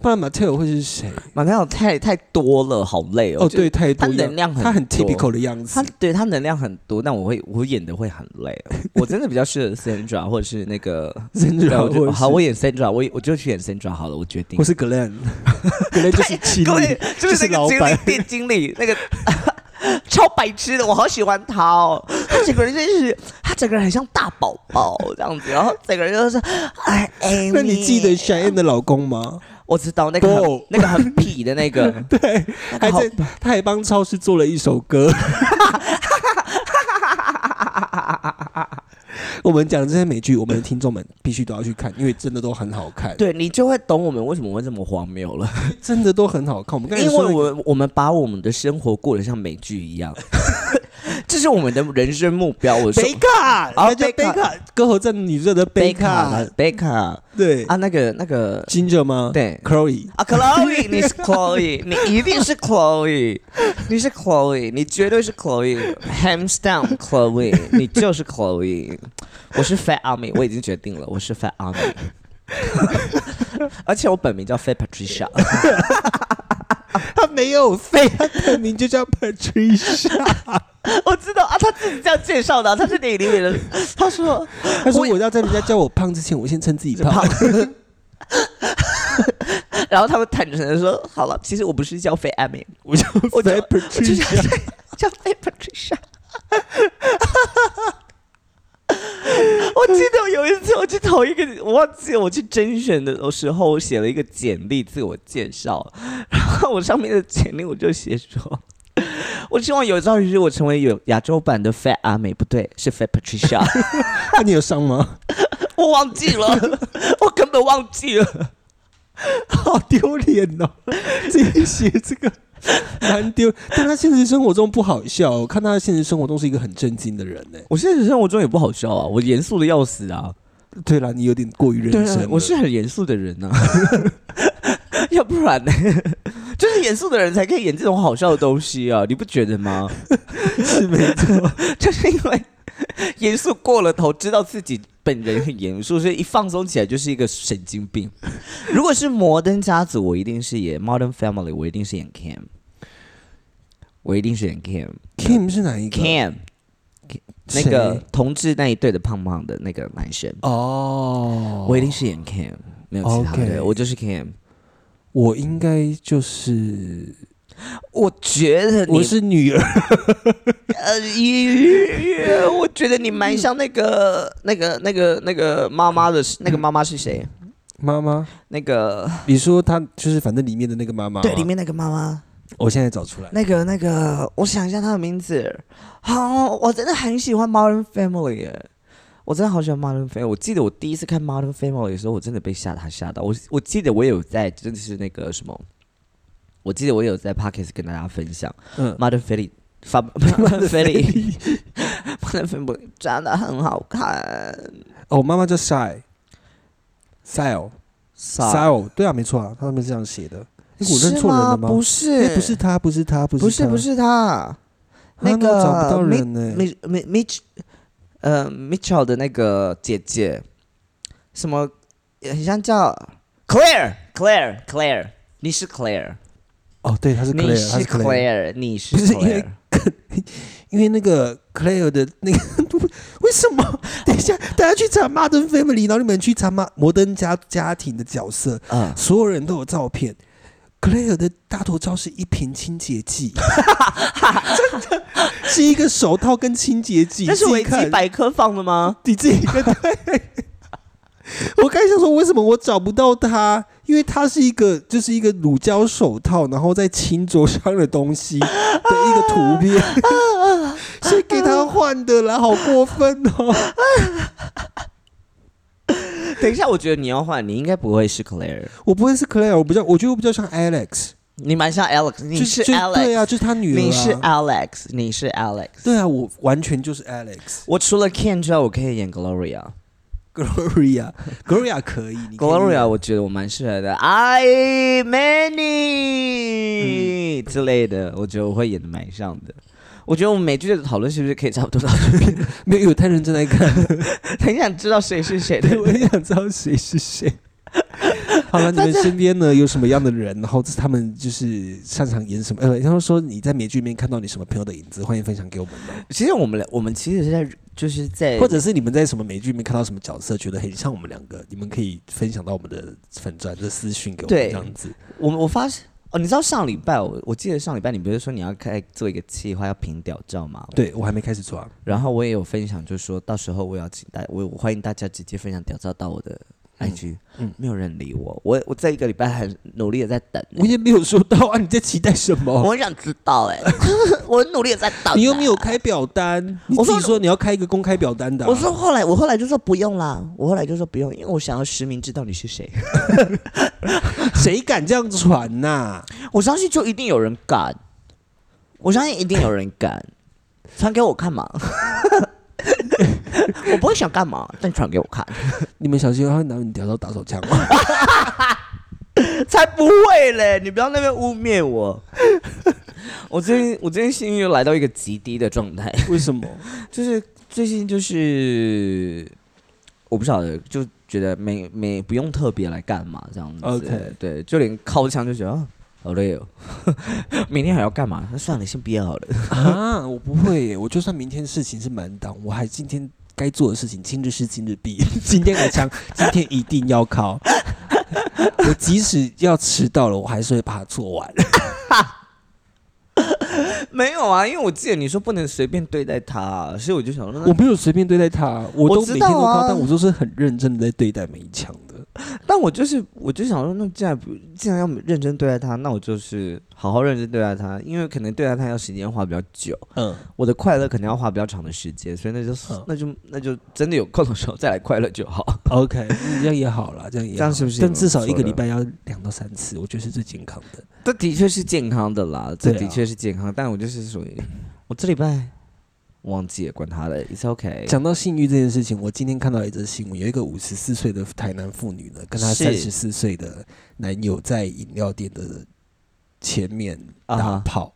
Speaker 3: 不然 Mattel 会是谁？
Speaker 1: 马太太太多了，好累哦。
Speaker 3: 哦，
Speaker 1: 就，
Speaker 3: 对，太
Speaker 1: 他
Speaker 3: 多样
Speaker 1: 能量很
Speaker 3: 他很
Speaker 1: 多
Speaker 3: typical 的样子
Speaker 1: 他。对他能量很多，但我会我演的会很累。哦
Speaker 3: <laughs>
Speaker 1: 我真的比较适合 Sandra 或者是那个对我
Speaker 3: Sandra
Speaker 1: 就
Speaker 3: 或
Speaker 1: 好，
Speaker 3: 是
Speaker 1: 我演 Sandra，我我就去演 Sandra 好了，我决定
Speaker 3: 或。是 <laughs> Glenn，Glenn 就是亲
Speaker 1: 各位
Speaker 3: 历，
Speaker 1: 就是那个
Speaker 3: 老
Speaker 1: 经理
Speaker 3: 板
Speaker 1: 店经理那个。超白痴的，我好喜欢他哦！他整个人就是，他整个人很像大宝宝这样子，然后整个人就是，哎哎。
Speaker 3: <laughs> 那你记得 Cheyenne 的老公吗？
Speaker 1: 我知道那个很
Speaker 3: Bo
Speaker 1: 那个很痞的那个，
Speaker 3: <laughs> 对，
Speaker 1: 那个
Speaker 3: 还
Speaker 1: 好
Speaker 3: 在，他还帮超市做了一首歌。我们讲这些美剧，我们的听众们必须都要去看，因为真的都很好看，
Speaker 1: 对你就会懂我们为什么会这么荒谬了。
Speaker 3: 真的都很好看。我们刚才
Speaker 1: 因为
Speaker 3: 说那个
Speaker 1: 我我们把我们的生活过得像美剧一样， <laughs> 这是我们的人生目标。我说
Speaker 3: 贝卡，
Speaker 1: 啊
Speaker 3: 那叫
Speaker 1: 贝
Speaker 3: 贝
Speaker 1: 卡
Speaker 3: 卡，歌喉战女热的贝卡，
Speaker 1: 贝卡
Speaker 3: 对
Speaker 1: 啊，那个那个
Speaker 3: Ginger 吗？
Speaker 1: 对
Speaker 3: ，Chloe，
Speaker 1: 啊，Chloe，你是 Chloe，你一定是 Chloe，你是 Chloe，你绝对是 Chloe，hands down Chloe，你就是 Chloe。我是 Fat Army，我已经决定了，我是 Fat Army。而且我本名叫 Fat
Speaker 3: <laughs>
Speaker 1: Patricia，
Speaker 3: 她没有飞，她本名就叫 Patricia。
Speaker 1: 我知道啊，他自己这样介绍的啊，他是电影里面的，他说
Speaker 3: 她说我要在人家叫我胖之前，我先称自己胖。
Speaker 1: 然后他们坦诚的说：“好了，其实我不是叫费艾米，
Speaker 3: 我叫
Speaker 1: 我叫
Speaker 3: Fat
Speaker 1: 我就叫
Speaker 3: Patricia，
Speaker 1: <laughs> 叫费 Patricia。”我记得有一次我去投一个，我忘记了我去甄选的时候，我写了一个简历自我介绍，然后我上面的简历我就写说。我希望有朝一日我成为有亚洲版的 Fat 阿美，不对，是 Fat Patricia， <laughs>
Speaker 3: 那你有伤吗？
Speaker 1: 我忘记
Speaker 3: <laughs>
Speaker 1: 了，我根本忘记了。
Speaker 3: 好丢脸
Speaker 1: <laughs>
Speaker 3: 哦！自己写这个蛮丢，但她现实生活中不好笑。我看她现实生活中是一个很正经的人呢。
Speaker 1: 我现实生活中也不好笑啊，我严肃的要死啊。
Speaker 3: 对了，你有点过于认
Speaker 1: 对
Speaker 3: 真
Speaker 1: 啊
Speaker 3: 了。，
Speaker 1: 我是很严肃的人呐、 <laughs> 要不然呢？ <laughs> 就是严肃的人才可以演这种好笑的东西啊，你不觉得
Speaker 3: <laughs>
Speaker 1: 吗？
Speaker 3: 是没错，
Speaker 1: <laughs> 就是因为严肃过了头，知道自己本人很严肃，所以一放松起来就是一个神经
Speaker 3: <laughs>
Speaker 1: 病。如果是《摩登家族》，我一定是演《Modern Family》，我一定是演 Cam，我一定是演 Cam，Cam
Speaker 3: Kim 是哪一个？
Speaker 1: 那个
Speaker 3: 呃谁
Speaker 1: 同志那一对的胖胖的那个男生，
Speaker 3: 哦，
Speaker 1: 我一定是演 Cam，没有其他的
Speaker 3: OK
Speaker 1: 我就是 Cam。
Speaker 3: 我应该就是
Speaker 1: 我觉得
Speaker 3: 我
Speaker 1: 你
Speaker 3: 是女儿， <laughs>
Speaker 1: 呃，也我觉得你蛮像那个、那个、那个、那个妈妈的，那个妈妈是谁？
Speaker 3: 妈妈。
Speaker 1: 那个
Speaker 3: 你说她就是反正里面的那个妈妈吗，
Speaker 1: 对，里面那个妈妈，
Speaker 3: 我现在找出来。
Speaker 1: 那个那个，我想一下她的名字。好，我真的很喜欢《Modern Family》耶，我真的好喜欢《Modern Family》。我记得我第一次看《Modern Family》的时候，我真的被吓他吓到。我我记得我有在，真的是那个什么，我记得我有在 Pockets 跟大家分享。
Speaker 3: 嗯，
Speaker 1: Modern Family 发
Speaker 3: <laughs>
Speaker 1: Modern Family <laughs> Modern Family 真的很好看。
Speaker 3: 哦，妈妈叫 Shy。Sile Sile，对啊，没错啊，他们是这样写的。诶我认错人了
Speaker 1: 是吗
Speaker 3: 吗？
Speaker 1: 不
Speaker 3: 诶
Speaker 1: 是，
Speaker 3: 不是，他，不是他，不是
Speaker 1: 不是，
Speaker 3: 他哎
Speaker 1: 不，是他，
Speaker 3: 啊
Speaker 1: 那
Speaker 3: 我找不
Speaker 1: 个
Speaker 3: 到
Speaker 1: Mi-
Speaker 3: 人呢。
Speaker 1: Mi- Mi- Mitch 呃 Mitchell 的那个姐姐，什么很像叫 Claire Claire Claire，你是 Claire，
Speaker 3: 哦，对，他是
Speaker 1: 你
Speaker 3: Claire，他
Speaker 1: 是
Speaker 3: 是 Claire，
Speaker 1: Claire，你是
Speaker 3: 不是因为
Speaker 1: Claire
Speaker 3: 因为那个 Claire 的那个 <laughs> 为什么？ <laughs> 等一下，大家去查 Modern Family，然后你们去查摩摩登家家庭的角色，
Speaker 1: 嗯，
Speaker 3: 所有人都有照片。Claire 的大头照是一瓶清洁剂， <laughs> 真的是一个手套
Speaker 1: <laughs>
Speaker 3: 跟清洁
Speaker 1: <laughs>
Speaker 3: 剂。
Speaker 1: 这是
Speaker 3: 你自
Speaker 1: 维
Speaker 3: 己
Speaker 1: 基
Speaker 3: <laughs> 看，
Speaker 1: 百科放的吗？
Speaker 3: 你自己看。对我刚才想说，为什么我找不到它？因为它是一个，就是一个乳胶手套，然后在轻桌上的东西的一个图
Speaker 1: <laughs>
Speaker 3: 片，是给他换的啦，好过分哦！
Speaker 1: 等一下，我觉得你要换，你应该不会是 Claire，
Speaker 3: 我不会是 Claire，我比较，我觉得我比较像 Alex，
Speaker 1: 你蛮像 Alex，你
Speaker 3: 就是就
Speaker 1: Alex，
Speaker 3: 对啊，就是他女儿、啊，
Speaker 1: 你是 Alex，你是 Alex。
Speaker 3: 对啊，我完全就是 Alex
Speaker 1: 我除了 Ken 之外，我可以演 Gloria。
Speaker 3: Gloria Gloria 可以你可以
Speaker 1: Gloria，我觉得我蛮适合的。I many、之类的，我觉得我会演的蛮像的。我觉得我们每句的讨论是不是可以差不多到这边？
Speaker 3: 没有，因为我太认真在看，
Speaker 1: <laughs> 很想知道谁是谁的
Speaker 3: 对，。我也想知 <laughs> 道谁是谁。好了，你们身边呢有什么样的人？然后他们就是擅长演什么？呃，然后说你在美剧里面看到你什么朋友的影子，欢迎分享给我们哦。
Speaker 1: 其实我们我们其实是在就是在
Speaker 3: 或者是你们在什么美剧里面看到什么角色，觉得很像我们两个，你们可以分享到我们的粉砖的私讯给我们
Speaker 1: 对
Speaker 3: 这样子。
Speaker 1: 我我发现哦，你知道上礼拜我我记得上礼拜你不是说你要开做一个计划要评屌照吗？
Speaker 3: 对我还没开始抓，
Speaker 1: 然后我也有分享，就说到时候我也要请大，我我欢迎大家直接分享屌照到我的 IG，嗯，没有人理我，我我这一个礼拜很努力的在等、
Speaker 3: 我也没有收到啊！你在期待什么？
Speaker 1: 我很想知道哎、我很努力的在等、
Speaker 3: 你又没有。开表单，你
Speaker 1: 我
Speaker 3: 自
Speaker 1: 说
Speaker 3: 己说你要开一个公开表单的、啊。
Speaker 1: 我说后来，我后来就说不用啦，我后来就说不用，因为我想要实名制到底是谁。
Speaker 3: 谁敢这样传呐、
Speaker 1: <laughs> 我相信就一定有人敢，我相信一定有人 <laughs> 敢，传给我看 <laughs> 嘛。我不会想干嘛，但传给我看，
Speaker 3: 你们小心他会拿你屌到打手枪吗？ <laughs>
Speaker 1: 才不会嘞！你不要那边污蔑我。 <laughs> 我最近我最近幸运又来到一个极低的状态，
Speaker 3: 为什么？
Speaker 1: 就是最近就是我不晓得，就觉得没没不用特别来干嘛这样子。
Speaker 3: OK
Speaker 1: 对，就连靠枪就觉得啊好累哦， <laughs> 明天还要干嘛？那算了，先毕业好了。 <laughs>
Speaker 3: 啊，我不会耶，我就算明天事情是满档，我还今天该做的事情，今日事今日
Speaker 1: <laughs>
Speaker 3: 毕，今天来枪，今天一定要考。 <laughs> 我即使要迟到了，我还是会把它做完。
Speaker 1: 没有啊，因为我记得你说不能随便对待他、啊所以我就想说，
Speaker 3: 我
Speaker 1: 那
Speaker 3: 没有随便对待他，我
Speaker 1: 嗯
Speaker 3: 都
Speaker 1: 我知
Speaker 3: 每天
Speaker 1: 道
Speaker 3: 都考，
Speaker 1: 啊
Speaker 3: 但我都是很认真的在对待每一枪的。
Speaker 1: 但我就是我就想说，那既然不既然要认真对待他，那我就是好好认真对待他，因为可能对待他要时间花比较久，
Speaker 3: 嗯，
Speaker 1: 我的快乐可能要花比较长的时间，所以那就、
Speaker 3: 嗯
Speaker 1: 那就那就真的有空的时候再来快乐就好。
Speaker 3: OK，这样也好啦，这样也好
Speaker 1: 这样是不是也
Speaker 3: 但至少一
Speaker 1: 不错
Speaker 3: 个
Speaker 1: 的
Speaker 3: 礼拜要两到三次，我觉得是最健康的。
Speaker 1: 这的确是健康的啦，这
Speaker 3: 对啊
Speaker 1: 的确是健康，但我就是属于我这礼拜忘记了，管他了，It's OK。
Speaker 3: 讲到性欲这件事情，我今天看到一则新闻，有一个五十四岁的台南妇女呢，跟她
Speaker 1: 是
Speaker 3: 三十四岁的男友在饮料店的前面
Speaker 1: 啊
Speaker 3: 打
Speaker 1: 哈
Speaker 3: 炮。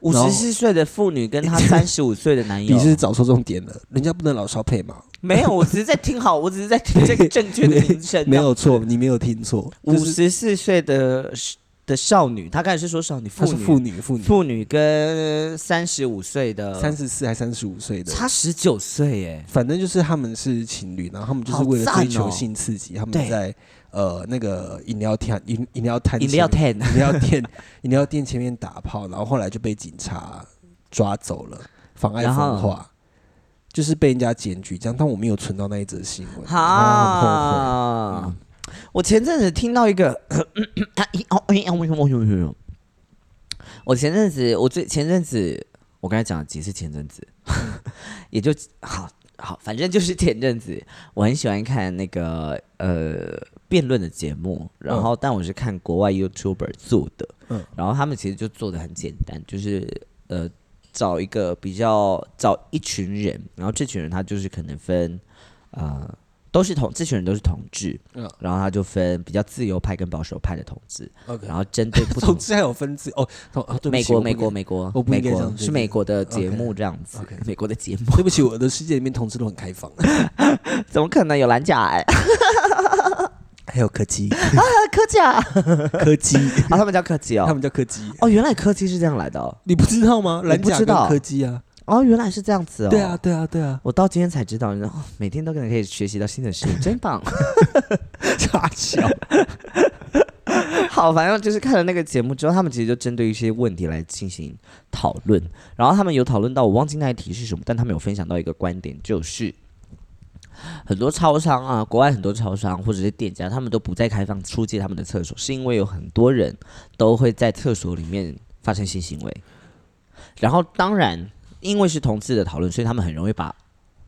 Speaker 1: 五
Speaker 3: 然后
Speaker 1: 十四岁的妇女跟
Speaker 3: <laughs>
Speaker 1: 她三十五岁的男友，
Speaker 3: 你是找错重点了，人家不能老少配嘛？
Speaker 1: 没有，我只是在听好，我只是在听这个正确的名称。啊
Speaker 3: 没有错，你没有听错，就
Speaker 1: 呃五
Speaker 3: 是
Speaker 1: 十四岁的的少女，她刚才是说少女，妇
Speaker 3: 她是
Speaker 1: 女，
Speaker 3: 妇女，妇女
Speaker 1: 妇女跟三十五岁的，
Speaker 3: 三十四还三十五岁的，
Speaker 1: 差十九岁耶。
Speaker 3: 反正就是他们是情侣，然后他们就是为了
Speaker 1: 好赞
Speaker 3: 追
Speaker 1: 哦
Speaker 3: 求性刺激，他们
Speaker 1: 对
Speaker 3: 在呃那个饮料摊饮饮料摊
Speaker 1: 饮料
Speaker 3: 前面
Speaker 1: 店
Speaker 3: 饮料 <laughs> 店饮料店前面打炮，然后后来就被警察抓走了，妨碍
Speaker 1: 然后
Speaker 3: 风化，就是被人家检举这样。但我没有存到那一则新闻，然后很后悔。
Speaker 1: 哈，嗯我前阵子听到一个， <coughs> 哦哎我前阵子，我最前阵子，我刚才讲了几次前阵子，也就 <laughs> 好好，反正就是前阵子，我很喜欢看那个呃辩论的节目，然后但我是看国外 YouTuber 做的，
Speaker 3: 嗯
Speaker 1: 然后他们其实就做的很简单，就是呃找一个比较找一群人，然后这群人他就是可能分呃都是同这群人都是同志，
Speaker 3: 嗯
Speaker 1: 然后他就分比较自由派跟保守派的同志，
Speaker 3: OK，
Speaker 1: 然后针对
Speaker 3: <laughs>
Speaker 1: 不同
Speaker 3: 总之还有分支哦。同哦对不
Speaker 1: 美
Speaker 3: 起
Speaker 1: 国
Speaker 3: 我不
Speaker 1: 美
Speaker 3: 应
Speaker 1: 国美国
Speaker 3: 我不
Speaker 1: 美
Speaker 3: 应该这
Speaker 1: 国
Speaker 3: 样
Speaker 1: 是
Speaker 3: 对
Speaker 1: 美
Speaker 3: 对
Speaker 1: 国的
Speaker 3: ，OK，
Speaker 1: 节目这样子
Speaker 3: OK
Speaker 1: 美国的节目 <laughs>
Speaker 3: 该，对不起，我的世界里面同志都很开放，
Speaker 1: 怎么可能有蓝甲哎癌、
Speaker 3: 还有柯基，
Speaker 1: 科技啊，
Speaker 3: <laughs>
Speaker 1: <laughs>
Speaker 3: 柯基，
Speaker 1: 啊，他们叫科技
Speaker 3: 他
Speaker 1: 哦。
Speaker 3: 们叫柯基，
Speaker 1: 哦，原来科技是这样来的哦。
Speaker 3: 你不知道吗？蓝
Speaker 1: 不
Speaker 3: 甲
Speaker 1: 知
Speaker 3: 跟
Speaker 1: 道
Speaker 3: 柯基啊，
Speaker 1: 哦，原来是这样子哦。
Speaker 3: 对啊，，对啊，对啊，
Speaker 1: 我到今天才知道，然后每天都可能可以学习到新的事物，真棒。 <laughs>
Speaker 3: 傻笑。
Speaker 1: 好，反正就是看了那个节目之后，他们其实就针对一些问题来进行讨论，然后他们有讨论到我忘记那一题是什么，但他们有分享到一个观点，就是很多超商啊，国外很多超商或者是店家，他们都不再开放出借他们的厕所，是因为有很多人都会在厕所里面发生性行为。然后，当然，因为是同志的讨论，所以他们很容易把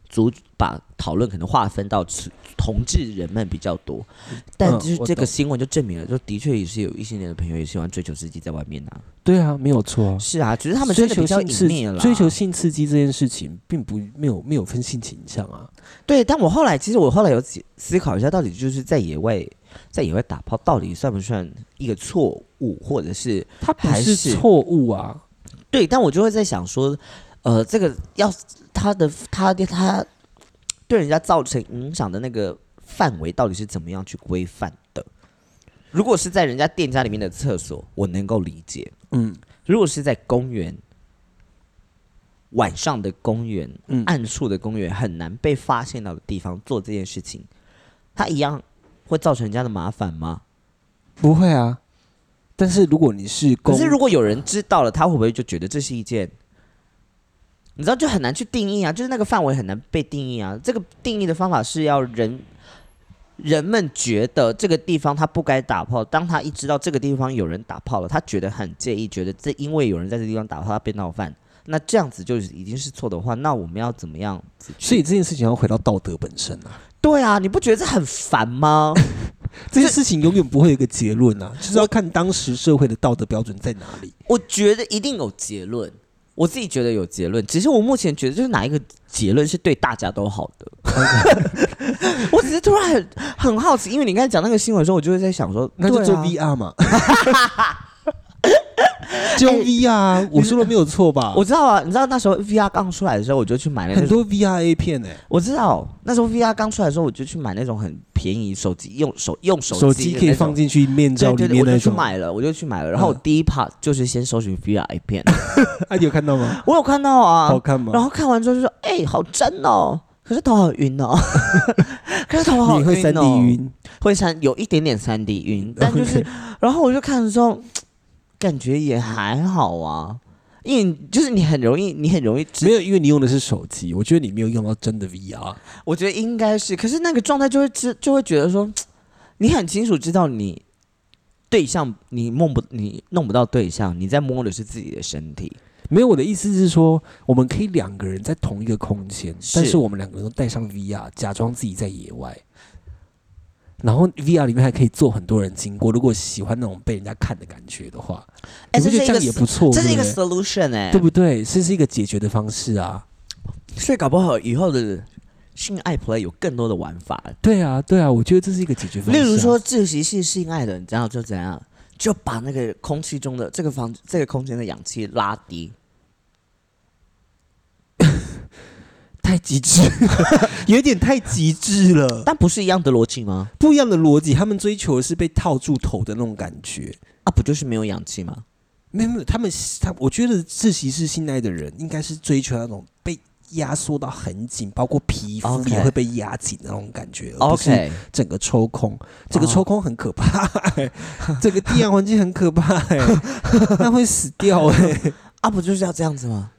Speaker 1: 族把讨论可能划分到此同志人们比较多。但
Speaker 3: 嗯
Speaker 1: 就是
Speaker 3: 我
Speaker 1: 这个
Speaker 3: 懂
Speaker 1: 新闻就证明了，就的确也是有一些年的朋友也喜欢追求自己在外面啊。
Speaker 3: 对啊，没有错啊。
Speaker 1: 是啊，只是他们真
Speaker 3: 追
Speaker 1: 的
Speaker 3: 求
Speaker 1: 比较
Speaker 3: 性
Speaker 1: 隐
Speaker 3: 刺
Speaker 1: 秘了。
Speaker 3: 追求性刺激这件事情，并不没有没有分性倾向啊。
Speaker 1: 对，但我后来其实我后来有思思考一下，到底就是在野外在野外打炮到底算不算一个错误，或者是
Speaker 3: 它不
Speaker 1: 还
Speaker 3: 是
Speaker 1: 是
Speaker 3: 错误啊，
Speaker 1: 对？但我就会在想说，呃，这个要他的他的他对人家造成影响的那个范围到底是怎么样去规范的？如果是在人家店家里面的厕所，我能够理解；
Speaker 3: 嗯
Speaker 1: 如果是在公园。晚上的公园，
Speaker 3: 嗯，
Speaker 1: 暗处的公园很难被发现到的地方做这件事情，它一样会造成人家的麻烦吗？
Speaker 3: 不会啊。但是如果你是公，
Speaker 1: 可是如果有人知道了，他会不会就觉得这是一件？你知道就很难去定义啊，就是那个范围很难被定义啊。这个定义的方法是要人人们觉得这个地方他不该打炮，当他一知道这个地方有人打炮了，他觉得很介意，觉得这因为有人在这地方打炮，他变闹犯。那这样子就是已经是错的话，那我们要怎么样子去？
Speaker 3: 所以这件事情要回到道德本身啊。
Speaker 1: 对啊，你不觉得这很烦吗？
Speaker 3: 这件事情永远不会有一个结论啊，就是要看当时社会的道德标准在哪里。
Speaker 1: 我觉得一定有结论，我自己觉得有结论，只是我目前觉得就是哪一个结论是对大家都好的。 <laughs> 我只是突然很很好奇，因为你刚才讲那个新闻的时候，我就会在想说，
Speaker 3: 那就
Speaker 1: 对
Speaker 3: 做
Speaker 1: 啊 <laughs>
Speaker 3: VR 嘛，就用 VR 啊，我说的没有错吧？
Speaker 1: 哎我知道啊，你知道那时候 VR 刚出来的时候，我就去买了那
Speaker 3: 很 <laughs>
Speaker 1: 种。
Speaker 3: 多 VR A 片哎、
Speaker 1: 我知道那时候 VR 刚出来的时候，我就去买那种很便宜手机，用手用手
Speaker 3: 手
Speaker 1: 机
Speaker 3: 机
Speaker 1: 的
Speaker 3: 可以
Speaker 1: 那种
Speaker 3: 放进去面罩
Speaker 1: 对对
Speaker 3: 里面
Speaker 1: 对，我
Speaker 3: 那
Speaker 1: 就去
Speaker 3: 种。
Speaker 1: 买了，我就去买了。然后我
Speaker 3: 嗯
Speaker 1: 第一 part 就是先搜寻 VR 一
Speaker 3: <laughs>
Speaker 1: 片，
Speaker 3: 啊，你有看到吗？
Speaker 1: 我有看到啊，
Speaker 3: 好看吗？
Speaker 1: 然后看完之后就说：“哎、好真 <laughs> 哦，可是头好晕 <laughs> 哦，可是头好晕哦。”嗯
Speaker 3: 你会三 D，晕，
Speaker 1: 会三有一点点三 D 晕，但就是， <laughs> 然后我就看的时候，感觉也还好啊，因为你就是你很容易，你很容易知，
Speaker 3: <laughs> 没有，因为你用的是手机，我觉得你没有用到真的 VR。
Speaker 1: 我觉得应该是，可是那个状态就会知，就会觉得说，你很清楚知道你。对象，你梦不，你弄不到对象，你在摸的是自己的身体。
Speaker 3: 没有，我的意思是说，我们可以两个人在同一个空间，
Speaker 1: 是
Speaker 3: 但是我们两个人都戴上 VR，假装自己在野外。然后 VR 里面还可以做很多人经过，如果喜欢那种被人家看的感觉的话，
Speaker 1: 哎，
Speaker 3: 你不
Speaker 1: 这
Speaker 3: 觉
Speaker 1: 是一
Speaker 3: 得这
Speaker 1: 个
Speaker 3: 样也不错，
Speaker 1: 这是一个
Speaker 3: 对不
Speaker 1: solution 哎、
Speaker 3: 对对不对？这是一个解决的方式啊！
Speaker 1: 所以搞不好以后的性爱 play 有更多的玩法，
Speaker 3: 对啊，对啊，我觉得这是一个解决方
Speaker 1: 例
Speaker 3: 式啊、
Speaker 1: 如说自习室性爱的，你知道就怎样，就把那个空气中的这个房这个空间的氧气拉低，
Speaker 3: 太
Speaker 1: <laughs>
Speaker 3: 极致， <laughs> 有点太极致了。
Speaker 1: 但不是一样的逻辑吗？
Speaker 3: 不一样的逻辑，他们追求的是被套住头的那种感觉。
Speaker 1: 啊，不就是没有氧气吗？
Speaker 3: 没有没有，他们他我觉得自习室性爱的人，应该是追求那种被压缩到很紧，包括皮肤
Speaker 1: OK
Speaker 3: 也会被压紧的那种感觉
Speaker 1: 哦
Speaker 3: 而不是
Speaker 1: OK，哦
Speaker 3: 整个抽空，整个抽空很可怕、欸，整个地洋环境很可怕、
Speaker 1: <laughs>
Speaker 3: 欸，那会死掉哎、欸
Speaker 1: 啊，不就是要这样子吗？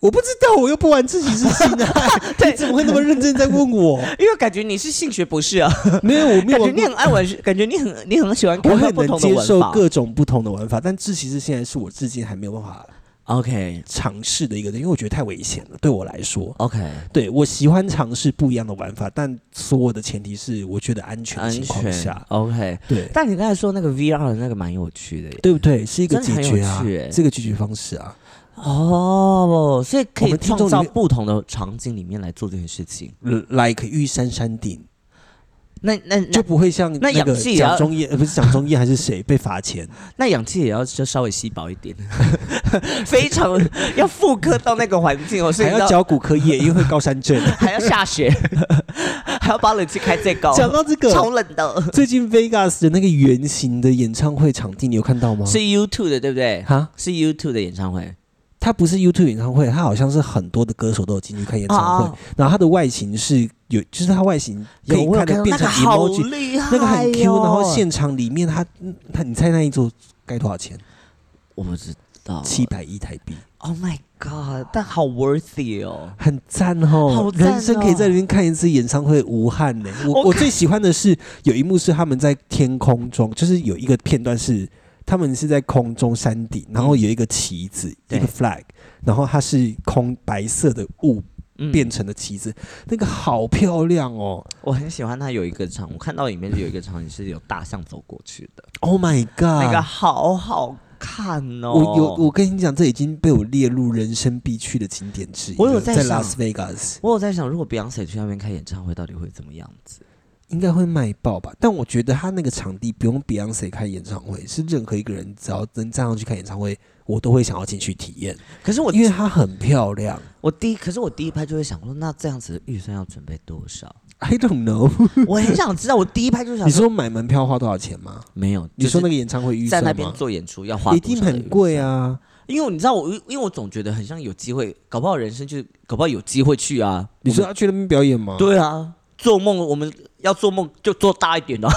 Speaker 3: 我不知道，我又不玩自习室性
Speaker 1: <laughs>
Speaker 3: 爱，啊你怎么会那么认真在问我？
Speaker 1: 因为感觉你是性学博士啊，
Speaker 3: 没有，我没
Speaker 1: <laughs> 感
Speaker 3: 有
Speaker 1: 觉
Speaker 3: 玩
Speaker 1: 你
Speaker 3: 过。
Speaker 1: 很爱玩，感觉你很你很喜欢
Speaker 3: 我
Speaker 1: 看到
Speaker 3: 很
Speaker 1: 不
Speaker 3: 能
Speaker 1: 同的
Speaker 3: 接
Speaker 1: 文
Speaker 3: 受
Speaker 1: 法。
Speaker 3: 各种不同的玩法，但自习室现在是我至今还没有办法
Speaker 1: OK
Speaker 3: 尝试的一个，因为我觉得太危险了，对我来说。
Speaker 1: OK，
Speaker 3: 对我喜欢尝试不一样的玩法，但所有的前提是我觉得安全
Speaker 1: 安
Speaker 3: 情况
Speaker 1: 全
Speaker 3: 下，
Speaker 1: OK。
Speaker 3: 对
Speaker 1: 但你刚才说那个 VR 的那个蛮有趣的耶。
Speaker 3: 对不对？是一个解决啊
Speaker 1: 真的很有，趣欸
Speaker 3: 这个解决方式啊，
Speaker 1: 哦，所以可
Speaker 3: 我
Speaker 1: 以
Speaker 3: 们听
Speaker 1: 创
Speaker 3: 众
Speaker 1: 造
Speaker 3: 里面
Speaker 1: 不同的场景里面来做这件事情。
Speaker 3: 呃 like 玉山山顶
Speaker 1: 那那那
Speaker 3: 就不会像
Speaker 1: 那
Speaker 3: 那个
Speaker 1: 氧气也要
Speaker 3: 蒋中燕，呃不是蒋中燕还是谁被
Speaker 1: <laughs>
Speaker 3: 罚钱？
Speaker 1: 那氧气也要就稍微稀薄一点， <laughs> 非常要复刻到那个环境哦，所以
Speaker 3: 还
Speaker 1: 你知
Speaker 3: 要
Speaker 1: 道
Speaker 3: 嚼骨科液，因为会高山症。
Speaker 1: <laughs> 还要下雪， <laughs> 还要把冷气开最高，
Speaker 3: 讲到这
Speaker 1: 超
Speaker 3: 个，
Speaker 1: 冷的。
Speaker 3: 最近 Vegas 的那个圆形的演唱会场地，你有看到吗？
Speaker 1: 是 YouTube 的对不对？
Speaker 3: 哈，
Speaker 1: 是 YouTube 的演唱会，
Speaker 3: 它不是 YouTube 演唱会，它好像是很多的歌手都有进去看演唱会
Speaker 1: 啊，
Speaker 3: 然后它的外形是有，就是它外形可
Speaker 1: 有
Speaker 3: 以
Speaker 1: 我有
Speaker 3: 看
Speaker 1: 看到
Speaker 3: 得变
Speaker 1: 那
Speaker 3: 成
Speaker 1: 个好
Speaker 3: emoji，
Speaker 1: 厉害、
Speaker 3: 那个很 Q，然后，现场里嗯
Speaker 1: 哦
Speaker 3: 面他他，你猜那一座该多少钱？
Speaker 1: 我不知道
Speaker 3: 七百一台币，
Speaker 1: Oh my god！但好 worthy 哦。
Speaker 3: 很赞哦，
Speaker 1: 好赞哦
Speaker 3: 人生可以在里面看一次演唱会，无憾呢、我
Speaker 1: 我
Speaker 3: 我最喜欢的是有一幕是他们在天空中，就是有一个片段是他们是在空中山顶，然后有一个旗子，
Speaker 1: 对
Speaker 3: 一个 flag，然后它是空白色的雾
Speaker 1: 嗯
Speaker 3: 变成的旗子，那个好漂亮哦
Speaker 1: 我很喜欢他有一个场，我看到里面有一个场景是有大象走过去的，
Speaker 3: ！Oh my god！
Speaker 1: 那个好好看哦。
Speaker 3: 我有，我跟你讲，这已经被我列入人生必去的景点之一了。
Speaker 1: 我有在
Speaker 3: 在
Speaker 1: 想
Speaker 3: Las Vegas，
Speaker 1: 我有在想，如果 Beyonce 去那边开演唱会，到底会怎么样子？
Speaker 3: 应该会卖爆吧？但我觉得他那个场地不用 Beyonce 开演唱会，是任何一个人只要能站上去看演唱会，我都会想要进去体验，
Speaker 1: 可是我
Speaker 3: 因为它很漂
Speaker 1: <laughs>
Speaker 3: 亮。
Speaker 1: 我第一，可是我第一拍就会想说，那这样子的预算要准备多少？ <laughs>
Speaker 3: I don't know，
Speaker 1: 我很想知道，我第一拍就想
Speaker 3: <laughs> 你说买门票花多少钱吗？
Speaker 1: 没有，
Speaker 3: 你说那
Speaker 1: 个
Speaker 3: 个演唱会预
Speaker 1: 在
Speaker 3: 算
Speaker 1: 那
Speaker 3: 吗？
Speaker 1: 边做演出要花
Speaker 3: 一定很贵！啊！
Speaker 1: 因为你知道我，因为我总觉得很像有机会，搞不好人生就搞不好有机会去啊。
Speaker 3: 你说
Speaker 1: 我
Speaker 3: 要去那边表演吗？
Speaker 1: 们，对啊，做梦我们要做梦就做大一点
Speaker 3: <laughs>
Speaker 1: 的、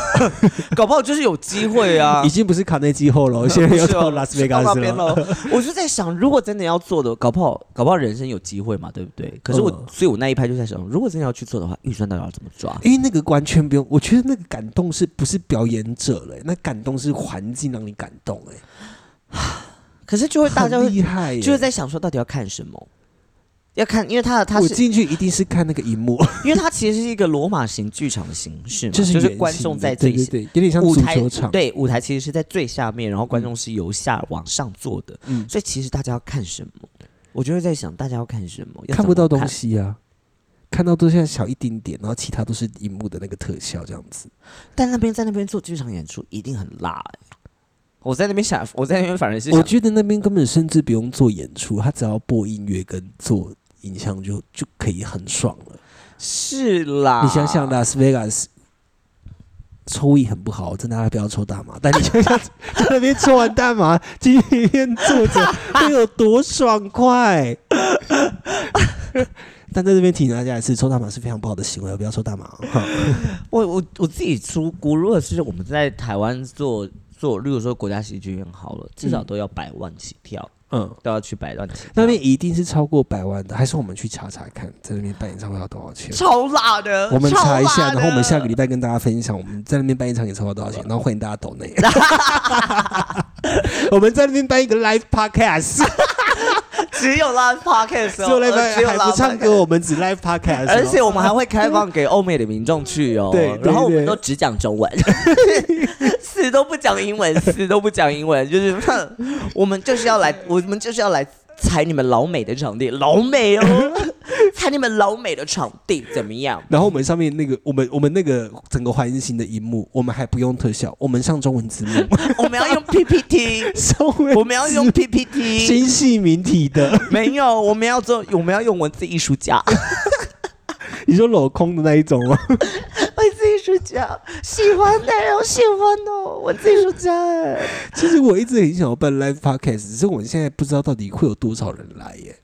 Speaker 1: 搞不好就是有机会啊哦
Speaker 3: 已。经不是卡内基
Speaker 1: <laughs>
Speaker 3: 后了，现在要到拉斯维加斯了。
Speaker 1: 了。我就在想，如果真的要做的，搞不好搞不好人生有机会嘛，对不对？可是我，
Speaker 3: 嗯
Speaker 1: 所以我那一拍就在想，如果真的要去做的话，预算到底要怎么抓？
Speaker 3: 因为那个完全不用，我觉得那个感动是不是表演者了、那感动是环境让你感动哎、
Speaker 1: 可是就会大家
Speaker 3: 很
Speaker 1: 会
Speaker 3: 厉害、欸，
Speaker 1: 就是在想说到底要看什么。要看，因为它的它
Speaker 3: 我
Speaker 1: 是，
Speaker 3: 进去一定是看那个荧幕，
Speaker 1: 因为它其实是一个罗马型剧场的形式嘛，
Speaker 3: <laughs> 就
Speaker 1: 嗯
Speaker 3: 是
Speaker 1: 就是
Speaker 3: 圆
Speaker 1: 观
Speaker 3: 形
Speaker 1: 众
Speaker 3: 的
Speaker 1: 在
Speaker 3: 对
Speaker 1: 最
Speaker 3: 对对，有点像
Speaker 1: 舞
Speaker 3: 足
Speaker 1: 台
Speaker 3: 球场，
Speaker 1: 对舞台其实是在最下面，然后观众是由下往上坐的，
Speaker 3: 嗯
Speaker 1: 所以其实大家要看什么，我就会在想大家要看什么，要
Speaker 3: 看不
Speaker 1: 怎
Speaker 3: 到
Speaker 1: 么
Speaker 3: 东西啊，看到都像小一丁点，然后其他都是荧幕的那个特效这样子。
Speaker 1: 看，但那边在那边做剧场演出一定很辣、欸。我在那边想，我在那边反而是
Speaker 3: 我
Speaker 1: 想
Speaker 3: 觉得那边根本甚至不用做演出，他只要播音乐跟做影像就就可以很爽了。
Speaker 1: 是啦，
Speaker 3: 你想想，拉斯维加斯。抽艺很不好，我真的大家不要抽大麻。但你想想，在那边抽完大麻，进去里面坐着，会有多爽快？ <laughs> 但在这边提醒大家一次，抽大麻是非常不好的行为，不要抽大麻哦。哈
Speaker 1: 我我我自己出估，如果是我们在台湾做做，例如说国家戏剧院好了，至少
Speaker 3: 嗯
Speaker 1: 都要百万起跳，
Speaker 3: 嗯，
Speaker 1: 都要去百万起跳。
Speaker 3: 那边一定是超过百万的，还是我们去查查看，在那边办演唱会要多少钱？
Speaker 1: 超辣的，
Speaker 3: 我们
Speaker 1: 超
Speaker 3: 查一
Speaker 1: 辣
Speaker 3: 下，
Speaker 1: 的
Speaker 3: 然后我们下个礼拜跟大家分享我们在那边办一场演唱会多少钱，然后欢迎大家抖内。我们在那边办一个 live podcast，
Speaker 1: 只有拉 podcast，
Speaker 3: 只
Speaker 1: 哦
Speaker 3: 啊有 live
Speaker 1: 呃只
Speaker 3: podcast，
Speaker 1: 有
Speaker 3: 还
Speaker 1: live
Speaker 3: 不唱
Speaker 1: podcast
Speaker 3: 歌，我们只 live podcast，
Speaker 1: 而且我们还会开放给欧美的民众去哦，
Speaker 3: <laughs> 对对
Speaker 1: 然后我们
Speaker 3: 对
Speaker 1: 都只讲中文， <laughs> 死都不讲英文，死都不讲英文，就是 <laughs> 哼我们就是要来，我们就是要来踩你们老美的场地，老美哦， <laughs> 踩你们老美的场地怎么样？
Speaker 3: 然后我们上面那个，我们我们那个整个环形的荧幕，我们还不用特效，我们上中文字幕， <laughs>
Speaker 1: 我们要用 PPT，
Speaker 3: 中 <laughs> 文
Speaker 1: 我们要用 PPT，
Speaker 3: 新系名体的，
Speaker 1: 没有，我们要做，我们要用文字艺术
Speaker 3: <laughs>
Speaker 1: 家，
Speaker 3: 你说镂空的那一种吗？
Speaker 1: 文字艺术家，喜欢的哦，喜欢的 <laughs> 哦，文字艺术家哎。
Speaker 3: <laughs> 其实我一直很想要办 live podcast，只是我们现在不知道到底会有多少人来耶。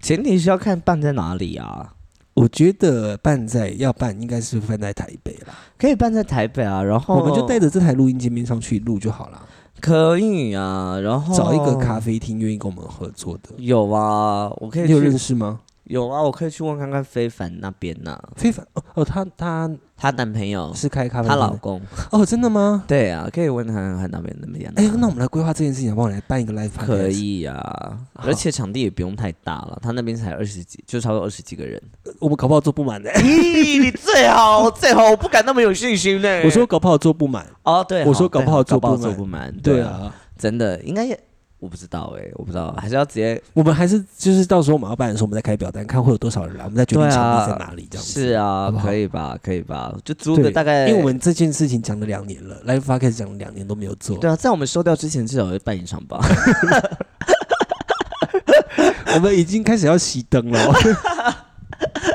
Speaker 1: 前提是要看办在哪里啊，
Speaker 3: 我觉得办在要办，应该是办在台北啦。哦
Speaker 1: 可以办在台北啊，然后
Speaker 3: 我们就带着这台录音界面上去录就好啦。
Speaker 1: 可以啊，然后
Speaker 3: 找一个咖啡厅愿意跟我们合作的，
Speaker 1: 有啊，我可以
Speaker 3: 你有认
Speaker 1: 去
Speaker 3: 识吗？
Speaker 1: 有啊，我可以去问看看非凡那边呐、
Speaker 3: 非凡哦哦，她她
Speaker 1: 她男朋友
Speaker 3: 是开咖啡
Speaker 1: 她
Speaker 3: 厅
Speaker 1: 老
Speaker 3: 的
Speaker 1: 公，
Speaker 3: 哦，真的吗？
Speaker 1: 对啊，可以问看看那边怎么样、
Speaker 3: 哎，那我们来规划这件事情，好不好？来办一个 live，podcast
Speaker 1: 可。以啊，
Speaker 3: 好
Speaker 1: 而且场地也不用太大了，他那边才二十几，就差不多二十几个人。
Speaker 3: 我们搞不好做不
Speaker 1: <laughs>
Speaker 3: 满 <laughs> 的。
Speaker 1: 咦，你最好最好，我不敢那么有信心呢、
Speaker 3: 我说搞不好做不满，
Speaker 1: 哦，对，
Speaker 3: 我说
Speaker 1: 对
Speaker 3: 搞不好做
Speaker 1: 搞不好
Speaker 3: 不
Speaker 1: 做
Speaker 3: 满
Speaker 1: 不满，
Speaker 3: 对
Speaker 1: 对啊，
Speaker 3: 啊。
Speaker 1: 真的应该也我不知道哎、我不知道，还是要直接
Speaker 3: 我们还是就是到时候我们要办的时候，我们再开表单，看会有多少人来，我们再决定
Speaker 1: 对
Speaker 3: 场
Speaker 1: 啊
Speaker 3: 地在哪里这样子。
Speaker 1: 是啊
Speaker 3: 好不，好
Speaker 1: 可以吧，可以吧，就租
Speaker 3: 对
Speaker 1: 个大概，
Speaker 3: 因为我们这件事情讲了两年了，live podcast 讲了两年都没有做。
Speaker 1: 对啊，在我们收掉之前至少要办一
Speaker 3: <laughs>
Speaker 1: 场吧。
Speaker 3: 我们已经开始要熄灯了，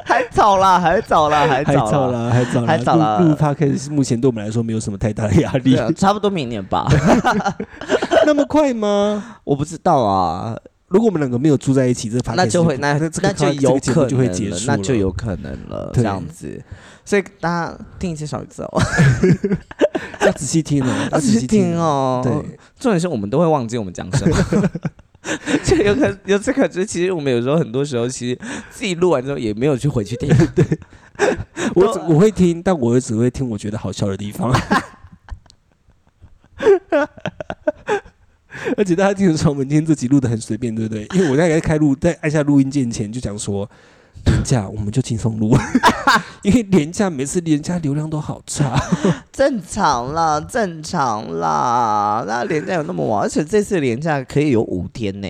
Speaker 1: 还早啦，还早啦， <laughs> 还
Speaker 3: 还早
Speaker 1: 啦。
Speaker 3: 了，还早了，
Speaker 1: 还早啦
Speaker 3: 录录 podcast 目前对我们来说没有什么太大的压力
Speaker 1: 对，啊，差不多明年吧，
Speaker 3: 那么快吗？
Speaker 1: 我不知道
Speaker 3: <laughs>
Speaker 1: 啊，
Speaker 3: 如果我们两个没有住在一起，这 podcast
Speaker 1: 那就会那
Speaker 3: 这个
Speaker 1: 那就
Speaker 3: podcast- 这
Speaker 1: 有
Speaker 3: 个节目
Speaker 1: 可能
Speaker 3: 就会结
Speaker 1: 了
Speaker 3: 束
Speaker 1: 那就
Speaker 3: 了
Speaker 1: 有可能了，
Speaker 3: 对
Speaker 1: 这样子，所以大家听一次少一次哦，
Speaker 3: 要仔细听哦，要
Speaker 1: 要
Speaker 3: 仔
Speaker 1: 仔
Speaker 3: 细
Speaker 1: 细听 <laughs>
Speaker 3: 听。
Speaker 1: 哦。
Speaker 3: 对，
Speaker 1: <laughs> 重点是我们都会忘记我们讲什么，这有可有此可知，其实我们有时候很多时候，其实自己录完之后也没有去回去听。
Speaker 3: 我只我会听，但我只会听我觉得好笑的地方。 <laughs> 而且大家听的时候，我们今天这集录的很随便，对不对？因为我大概开录，在按下录音键前就讲说，廉价我们就轻
Speaker 1: <laughs>
Speaker 3: 松录，因为廉价每次廉价流量都好差。
Speaker 1: 正常啦，正常啦。那廉价有那么晚，而且这次廉价可以有五天呢、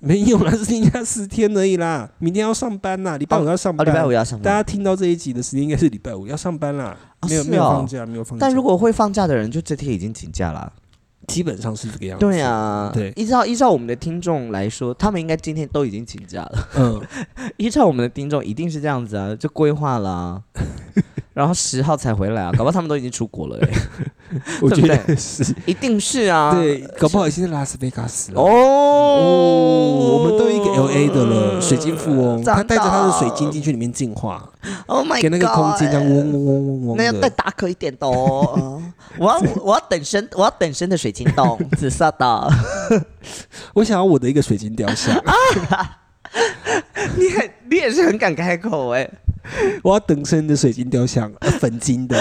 Speaker 3: 没有啦，是连假四天而已啦，明天要上班啦，礼拜五要上
Speaker 1: 哦，
Speaker 3: 班。
Speaker 1: 礼拜五要上
Speaker 3: 大
Speaker 1: 班。
Speaker 3: 家听到这一集的时间应该是礼拜五要上班啦，
Speaker 1: 哦
Speaker 3: 没有
Speaker 1: 是
Speaker 3: 没有
Speaker 1: 哦
Speaker 3: 放假，没有放假。
Speaker 1: 但如果会放假的人，就这天已经请假了。
Speaker 3: 基本上是这个样子。
Speaker 1: 对啊，
Speaker 3: 对
Speaker 1: 依照依照我们的听众来说，他们应该今天都已经请假 <laughs> 了。
Speaker 3: 嗯，
Speaker 1: 依照我们的听众，一定是这样子啊，就规划了、 <laughs> 啊，然后十号才回来啊，搞不好他们都已经出国了、欸，
Speaker 3: <laughs> 我觉
Speaker 1: 对不
Speaker 3: 得是。
Speaker 1: 一定是啊，
Speaker 3: 对，搞不好已经在拉斯维加斯了。
Speaker 1: 哦，
Speaker 3: 哦，
Speaker 1: 我
Speaker 3: 我们都有一个 L A 的了，水晶富翁，
Speaker 1: 真的
Speaker 3: 他带着他的水晶进去里面净化，
Speaker 1: ，Oh my，
Speaker 3: 给那个空间这样
Speaker 1: God 哎
Speaker 3: 嗡嗡嗡嗡嗡
Speaker 1: 那要再
Speaker 3: 的。
Speaker 1: 大颗一点的哦。我要我要等身，我要等身的水晶洞，紫色的。
Speaker 3: 我想要我的一个水晶雕
Speaker 1: <laughs>
Speaker 3: 像，
Speaker 1: 你很你也是很敢开口
Speaker 3: 欸
Speaker 1: 哎、
Speaker 3: 我要等身的水晶雕像，呃粉晶
Speaker 1: <laughs>
Speaker 3: 的，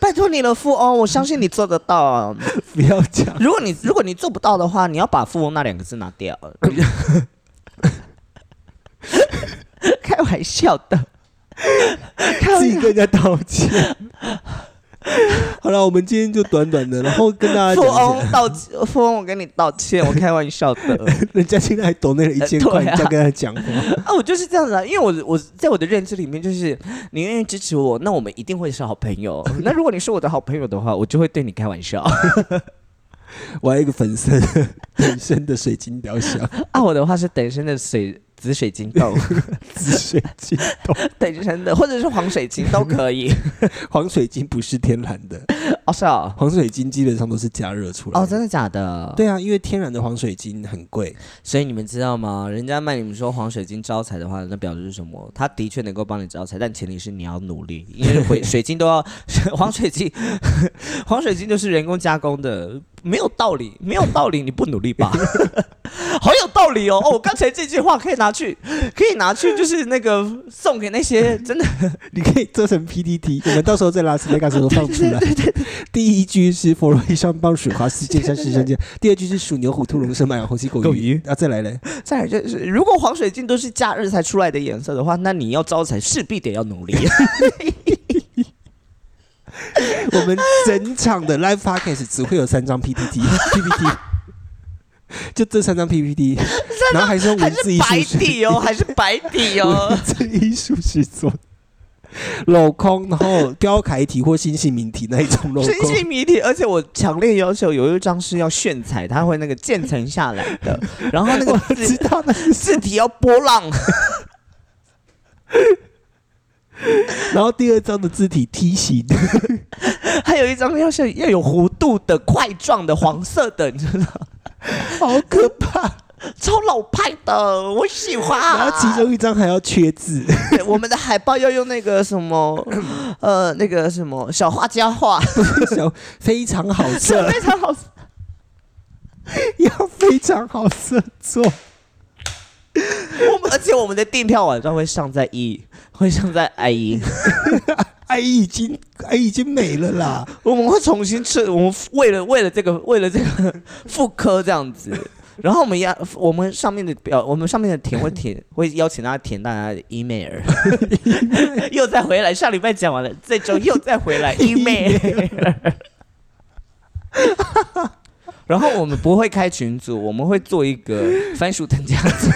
Speaker 1: 拜托你了，富翁，我相信你做得到。
Speaker 3: 不要讲。
Speaker 1: 如果你如果你做不到的话，你要把富翁那两个字拿
Speaker 3: <laughs>
Speaker 1: 掉。开玩笑的，开
Speaker 3: 自
Speaker 1: 玩
Speaker 3: 己
Speaker 1: 笑。
Speaker 3: 跟人家道
Speaker 1: <laughs>
Speaker 3: 歉。好了，我们今天就短短的，然后跟大家
Speaker 1: 富
Speaker 3: 讲一下，
Speaker 1: 翁道歉， <laughs> 富翁，我跟你道歉，我开玩笑的。
Speaker 3: 人家现在还抖那了一千块，
Speaker 1: 对啊
Speaker 3: 你这样跟他讲话，
Speaker 1: <laughs> 啊，我就是这样子啊，因为我我在我的认知里面，就是你愿意支持我，那我们一定会是好朋友。那如果你是我的好朋友的话，我就会对你开玩笑。
Speaker 3: 我还有一个粉身 <laughs> 粉身的水晶雕像，
Speaker 1: <laughs> 啊，我的话是等身的水紫水晶豆，
Speaker 3: 紫水晶洞，
Speaker 1: <laughs> 等身的或者是黄水晶都可以。
Speaker 3: 黄水晶不是天然的，
Speaker 1: <laughs> 哦，是哦，
Speaker 3: 黄水晶基本上都是加热出来
Speaker 1: 哦，真的假的？，
Speaker 3: 对啊，因为天然的黄水晶很贵，
Speaker 1: 所以你们知道吗？人家卖你们说黄水晶招财的话，那表示是什么？它的确能够帮你招财，但前提是你要努力，因为 <laughs> 水水晶都要黄水晶， <laughs> 黄水晶就是人工加工的，没有道理，没有道理，你不努力 <laughs> 吧？好有道理哦！哦，我刚才这句话可以拿去，可以拿去，就是那个送给那些真的
Speaker 3: 你可以做成 PPT，我们到时候在拉斯维加斯都放出
Speaker 1: <laughs>
Speaker 3: 来。第一句是佛罗伊上棒水花四件山
Speaker 1: <laughs>
Speaker 3: 十三件，第二句是属牛虎兔龙蛇马羊猴鸡狗
Speaker 1: 狗
Speaker 3: 鱼
Speaker 1: 鱼，
Speaker 3: 啊，再来嘞，
Speaker 1: 再来就是，如果黄水晶都是假日才出来的颜色的话，那你要招财势必得要 <laughs> 努力。
Speaker 3: 我们整场的 live podcast 只会有三张 PPT，PPT，就这三张
Speaker 1: <laughs>
Speaker 3: PPT，然后还是用
Speaker 1: 还
Speaker 3: 文字
Speaker 1: 是
Speaker 3: 艺术
Speaker 1: 白
Speaker 3: 史，
Speaker 1: 底哦，还是白底哦
Speaker 3: 文。字艺术史做镂空，然后标楷体或星系名体那一种 <laughs> 镂
Speaker 1: 真
Speaker 3: 空
Speaker 1: 是。谜题，而且我强烈要求有一张是要炫彩，它会那个渐层下来 <laughs> 的，然后那个
Speaker 3: 我知
Speaker 1: 字
Speaker 3: 道那是
Speaker 1: 字体要波浪，
Speaker 3: 然后第二张的字体梯形，
Speaker 1: <laughs> 还有一张要是要有弧度的块状的黄色的，你知道，
Speaker 3: 好可怕。啊
Speaker 1: 超老派的，我喜欢。
Speaker 3: 然后其中一张还要缺 <laughs> 字，
Speaker 1: 对我们的海报要用那个什 <clears throat> 么，呃，那个什么小画家画，
Speaker 3: 小非常好
Speaker 1: <laughs>
Speaker 3: 色，
Speaker 1: 非常好。
Speaker 3: 要非常好色做。
Speaker 1: 我们而且我们的订票网站会上在一，会上在 i 一，
Speaker 3: 哎，已经哎已经没了啦，
Speaker 1: 我们会重新吃，我们为了为了这个为了这个 <laughs> 妇科这样子。然后我们要我们上面的表，我们上面的填会填， <laughs> 会邀请大家填大家的 email，又再回来。上礼拜讲完了，这周又再回来 <laughs> email。然后我们不会开群组，我们会做一个番薯藤家族。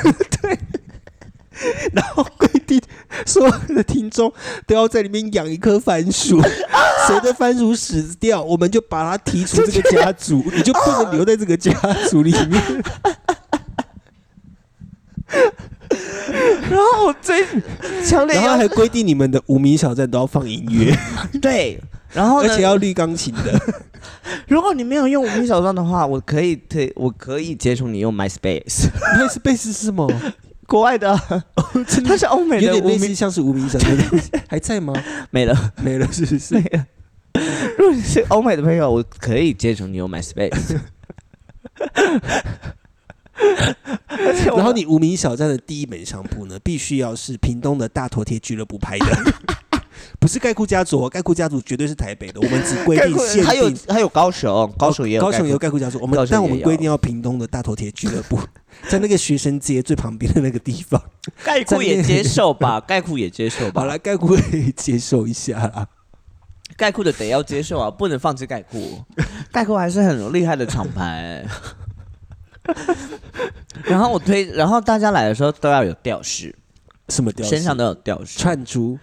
Speaker 3: 然后规定所有的听众都要在里面养一棵番 <laughs> 薯，谁的番薯死掉，我们就把它踢出这个家 <laughs> 族，你就不能留在这个家族里面。
Speaker 1: 然后我最强烈
Speaker 3: 然后
Speaker 1: 要
Speaker 3: 还规定你们的无名小站都要放音 <laughs> 乐，
Speaker 1: 对，然后
Speaker 3: 而
Speaker 1: 呢
Speaker 3: 且？要绿钢琴的。 <laughs>
Speaker 1: 如果你没有用无名小站的话，我可以推，我可以接触你用 MySpace， <laughs>
Speaker 3: MySpace 是什么？
Speaker 1: 国外的啊，它是欧美
Speaker 3: 有
Speaker 1: 的
Speaker 3: 点
Speaker 1: 无
Speaker 3: 类
Speaker 1: 名
Speaker 3: 似像是无名小站的东西，还在吗？
Speaker 1: 没了。
Speaker 3: <laughs> 没了，是不是？
Speaker 1: 如果你是欧美的朋友，我可以接触你用 MySpace。而且我
Speaker 3: 然后你无名小站的第一本商铺呢，必须要是屏东的大头贴俱乐部 <laughs> 拍的，不是盖库家族哦，盖库家族绝对是台北的，我们只规定限
Speaker 1: 还有
Speaker 3: 定。
Speaker 1: 还有高雄，哦高雄也有
Speaker 3: 高雄
Speaker 1: 盖
Speaker 3: 也有盖库家族，我
Speaker 1: 高
Speaker 3: 们
Speaker 1: 雄
Speaker 3: 但我
Speaker 1: 也
Speaker 3: 们
Speaker 1: 有
Speaker 3: 规定要屏东的大头贴俱乐部， <laughs> 在那个学生街最旁边的那个地 <laughs> 方。
Speaker 1: 概括也接受 <laughs> 吧，概括也接受吧。
Speaker 3: 好了，盖库可以接受一下啦。
Speaker 1: 概括的得要接
Speaker 3: <laughs>
Speaker 1: 受啊，不能放弃概括。概括还是很厉害的厂牌、 <laughs> 然后我推，然后大家来的时候都要有吊饰，
Speaker 3: 什么吊饰？
Speaker 1: 身上都有吊饰。
Speaker 3: 串珠，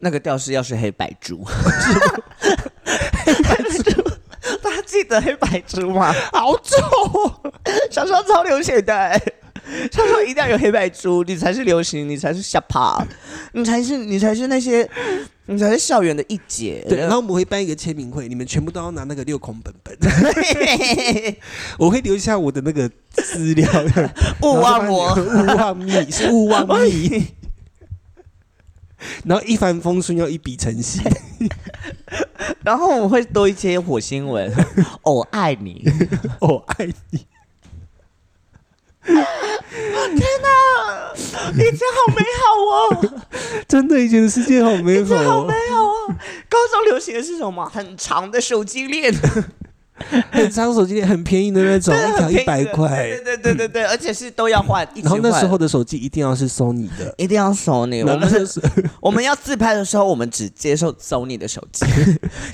Speaker 1: 那个吊饰要是黑白
Speaker 3: <laughs>
Speaker 1: 珠，黑白 <laughs> 珠，大家记得黑白珠吗？好重、哦， <laughs> 小时候超流行的、
Speaker 3: <laughs>
Speaker 1: 欸。小时候一定要有黑白珠，你才是流行，你才是下
Speaker 3: <laughs>
Speaker 1: 趴，你才是你才是那些，你才是校园的一姐。<laughs>
Speaker 3: 对，然后我们会办一个签名会，你们全部都要拿那个六孔本 <laughs> 本，我会留下我的那个资料，
Speaker 1: 勿忘
Speaker 3: 然后
Speaker 1: 我。哎
Speaker 3: 就把你勿忘你，是勿忘你。然后一帆风顺要一笔
Speaker 1: <laughs>
Speaker 3: 成型，
Speaker 1: 然后我们会多一些火星
Speaker 3: <laughs>
Speaker 1: 文，哦，爱你。
Speaker 3: 我爱你。
Speaker 1: 以前好美
Speaker 3: <laughs>
Speaker 1: 好哦，
Speaker 3: 真的，以前的世界好美好、哦，
Speaker 1: 好哦。 <laughs> 高中流行的是什么？很长的手机
Speaker 3: <laughs>
Speaker 1: 链。
Speaker 3: 很长手机链很便宜的那种，一条一
Speaker 1: <laughs>
Speaker 3: 百块。
Speaker 1: 对对对对对，而且是都要换，一起
Speaker 3: 然后那时
Speaker 1: 换
Speaker 3: 候的手机一定要是 Sony 的，
Speaker 1: 一定要 Sony，我
Speaker 3: 然
Speaker 1: 们
Speaker 3: 后那
Speaker 1: 是
Speaker 3: 时候
Speaker 1: <laughs> 我们要自拍的时候，我们只接受 Sony 的手
Speaker 3: <laughs>
Speaker 1: 机。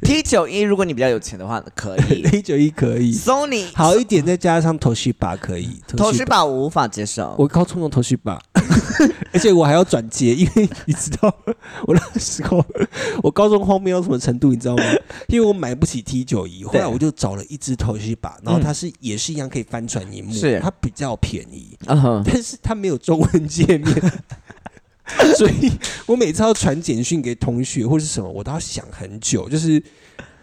Speaker 1: T 九一，如果你比较有钱的话，可以
Speaker 3: A 九一可以，
Speaker 1: Sony。
Speaker 3: 好一点再加上 Toshiba 可以。
Speaker 1: 头饰吧，我无法接受。 <laughs>
Speaker 3: 我高中用头绪吧，而且我还要转接，因为你知道， <laughs> 我那时候我高中荒谬到什么程度，你知道吗？因为我买不起 T 九一，后来我就找了一只头绪吧，然后它是、也是一样可以翻转荧幕，
Speaker 1: 是
Speaker 3: 它比较便宜，
Speaker 1: 嗯哼，
Speaker 3: 但是它没有中文界面。 <laughs> 所以我每次要传简讯给同学或是什么，我都要想很久，就是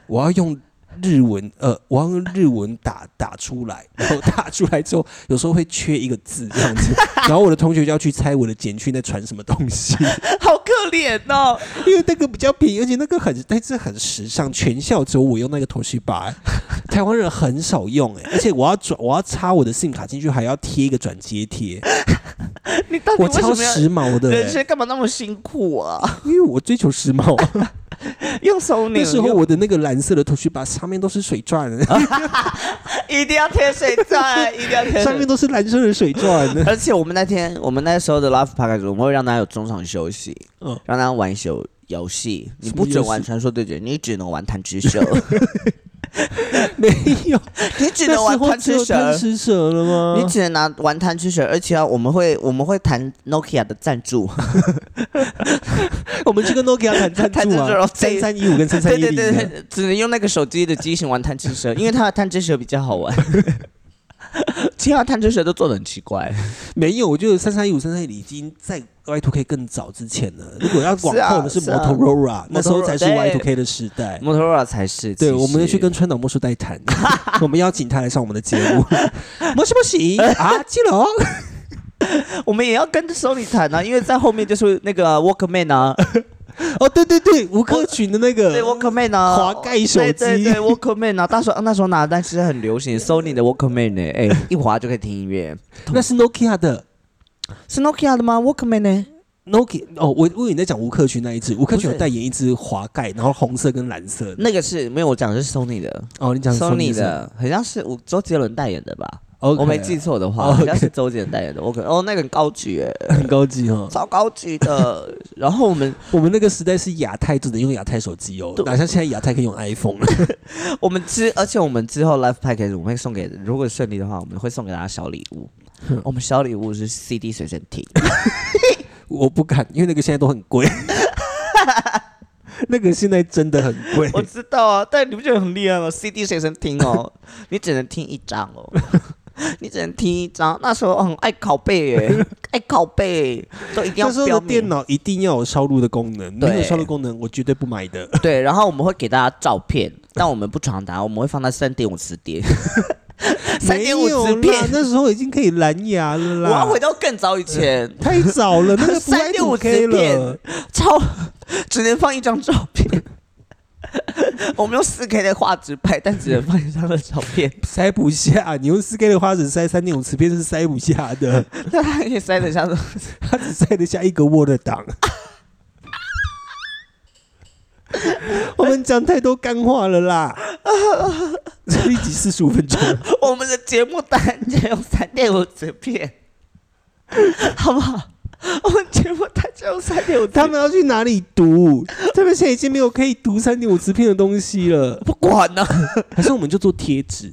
Speaker 3: 我要用日文，呃，我要用日文打打出来，然后打出来之后，有时候会缺一个字这样子， <laughs> 然后我的同学就要去猜我的简讯在传什么东西， <laughs>
Speaker 1: 好可怜哦。
Speaker 3: 因为那个比较便宜，而且那个很，但是很时尚，全校只有我用那个头绪吧、台湾人很少用哎、而且我要转，我要插我的 SIM 卡进去，还要贴一个转接贴，
Speaker 1: 你到底
Speaker 3: <laughs> 我
Speaker 1: 为什
Speaker 3: 超
Speaker 1: 么要？
Speaker 3: 时髦的、
Speaker 1: 人
Speaker 3: 欸，
Speaker 1: 生干嘛那么辛苦啊？
Speaker 3: 因为我追求时
Speaker 1: <laughs>
Speaker 3: 髦。
Speaker 1: 用 Sony
Speaker 3: 那时候我的那个蓝色的头绪吧，上面都是水钻，
Speaker 1: 啊一定要贴水钻，一定要贴
Speaker 3: <laughs> 上面
Speaker 1: 水。
Speaker 3: 都是蓝色的水钻。 <laughs>
Speaker 1: <laughs> 而且我们那天，我们那时候的 Love Park，我们会让大家有中场休息，
Speaker 3: 嗯
Speaker 1: 让大家玩一手游戏。你
Speaker 3: 什么
Speaker 1: 不准
Speaker 3: 游戏
Speaker 1: 玩传说对决，你只能玩贪吃蛇，
Speaker 3: <laughs> 没有，
Speaker 1: 你只能
Speaker 3: 那时
Speaker 1: 玩
Speaker 3: 候
Speaker 1: 贪
Speaker 3: 只
Speaker 1: 吃
Speaker 3: 有贪
Speaker 1: 蛇，
Speaker 3: 吃蛇嗯了吗？
Speaker 1: 你只能拿玩贪吃蛇。而且啊，我们会我们会谈 Nokia 的赞助，
Speaker 3: <laughs> 我们去跟 Nokia
Speaker 1: <laughs>
Speaker 3: 谈赞
Speaker 1: 贪
Speaker 3: 助
Speaker 1: 吃蛇
Speaker 3: 啊，三三一五跟三
Speaker 1: <laughs>
Speaker 3: 三
Speaker 1: 对
Speaker 3: 一
Speaker 1: 对对
Speaker 3: 零。
Speaker 1: 对，只能用那个手机的机型玩贪吃蛇，因为它的贪吃蛇比较好
Speaker 3: <laughs>
Speaker 1: 玩。其他贪吃蛇都做的很奇 <laughs> 怪，
Speaker 3: 没有，我觉得三三一五、三三一零已经在 Y two K 更早之前了。如果要往
Speaker 1: 是啊
Speaker 3: 后的是
Speaker 1: 是啊
Speaker 3: Motorola，那时候
Speaker 1: Motorola，
Speaker 3: 才是
Speaker 1: 对嗯
Speaker 3: Y two K 的时代。
Speaker 1: 摩托罗拉才是。
Speaker 3: 对，
Speaker 1: 其实
Speaker 3: 我们要去跟川岛茉树代谈，
Speaker 1: <laughs>
Speaker 3: 我们邀请他来上我们的节目。 <laughs> 莫西
Speaker 1: <laughs>
Speaker 3: 莫西啊，基隆，
Speaker 1: 我们也要跟 Sony 谈 <laughs> 啊，因为在后面就是那个 Walkman <laughs> 啊，
Speaker 3: 哦，对对对，吴克群的那个，
Speaker 1: 对 Walkman 啊，
Speaker 3: 滑盖手
Speaker 1: 对
Speaker 3: 机
Speaker 1: 对对 Walkman 啊，那时候那时候拿的但是很流行 Sony 的 Walkman 呢、哎、 <laughs> 一滑就可以听音乐，
Speaker 3: 那是 Nokia 的。
Speaker 1: 是 Nokia 的吗？Walkman 呢、
Speaker 3: Nokia 哦，我我以为你在讲吴克群那一只，吴克群
Speaker 1: 不
Speaker 3: 有
Speaker 1: 是
Speaker 3: 代言一只滑盖，然后红色跟蓝色的。
Speaker 1: 那个是没有，我讲的是 Sony 的
Speaker 3: 哦，你讲
Speaker 1: Sony
Speaker 3: 是吗，
Speaker 1: 的，好像是我周杰伦代言的吧
Speaker 3: o
Speaker 1: 我没记，错的话，
Speaker 3: OK
Speaker 1: 好像是周杰伦代言的。我可哦，那个很高级哎、 <laughs>
Speaker 3: 很高级哦。
Speaker 1: 超高级的。然后我们
Speaker 3: 我们那个时代是亚太只能用亚太手机哦
Speaker 1: 对，
Speaker 3: 哪像现在亚太可以用 iPhone <laughs> 了。
Speaker 1: 我们之，而且我们之后 live package 我们会送给，如果顺利的话，我们会送给大家小礼物。我们小礼物是 CD 随身听，
Speaker 3: 我不敢，因为那个现在都很贵。那个现在真的很贵，
Speaker 1: <laughs> 我知道啊，但你不觉得很厉害吗？CD 随身听 <laughs> 哦，你只能听一张哦， <laughs> 你只能听一张。那时候很爱拷贝 <laughs> 耶，爱拷贝，都一定
Speaker 3: 那时
Speaker 1: 要
Speaker 3: 候
Speaker 1: 标
Speaker 3: 的
Speaker 1: 明
Speaker 3: 电脑一定要有烧录的功能，没
Speaker 1: 对
Speaker 3: 有烧录功能我绝对不买的。
Speaker 1: 对，然后我们会给大家照片，但我们不传达，我们会放在三点五磁 <laughs> 碟，三
Speaker 3: 没
Speaker 1: 点五
Speaker 3: 有
Speaker 1: 磁
Speaker 3: 啦，
Speaker 1: 片。
Speaker 3: 那时候已经可以蓝牙了
Speaker 1: 我
Speaker 3: 啦。
Speaker 1: 要回到更早以前，
Speaker 3: 太早了，那个不爱
Speaker 1: 3.5
Speaker 3: 2K
Speaker 1: <laughs> 磁片
Speaker 3: 了。
Speaker 1: 超只能放一张照片。我们用四 K 的画质拍，但只能放一张的照片，
Speaker 3: 塞不下。你用四 K 的花纸塞三点五磁片是塞不下的， <laughs>
Speaker 1: 那它也塞得下手
Speaker 3: 它只塞得下一个 Word 档。 <laughs> 我们讲太多干话了啦， <laughs> 这一集四十五分钟，
Speaker 1: 我们的节目单只有三点五纸片，好不好？我们节目单只有三点五，
Speaker 3: 他们要去哪里读？他们现在已经没有可以读三点五磁片的东西了，
Speaker 1: 不管呢、
Speaker 3: 还是我们就做贴纸？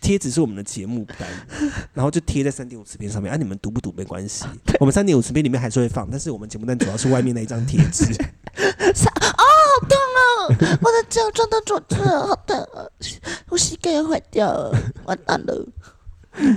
Speaker 3: 贴纸是我们的节目单， <laughs> 然后就贴在三点五磁片上面。啊，你们读不读没关系，我们三点五磁片里面还是会放，但是我们节目单主要是外面那一张贴纸。
Speaker 4: 好痛哦！ <laughs> 我的脚撞到桌子了，好痛哦！我膝盖要坏掉了，完蛋了！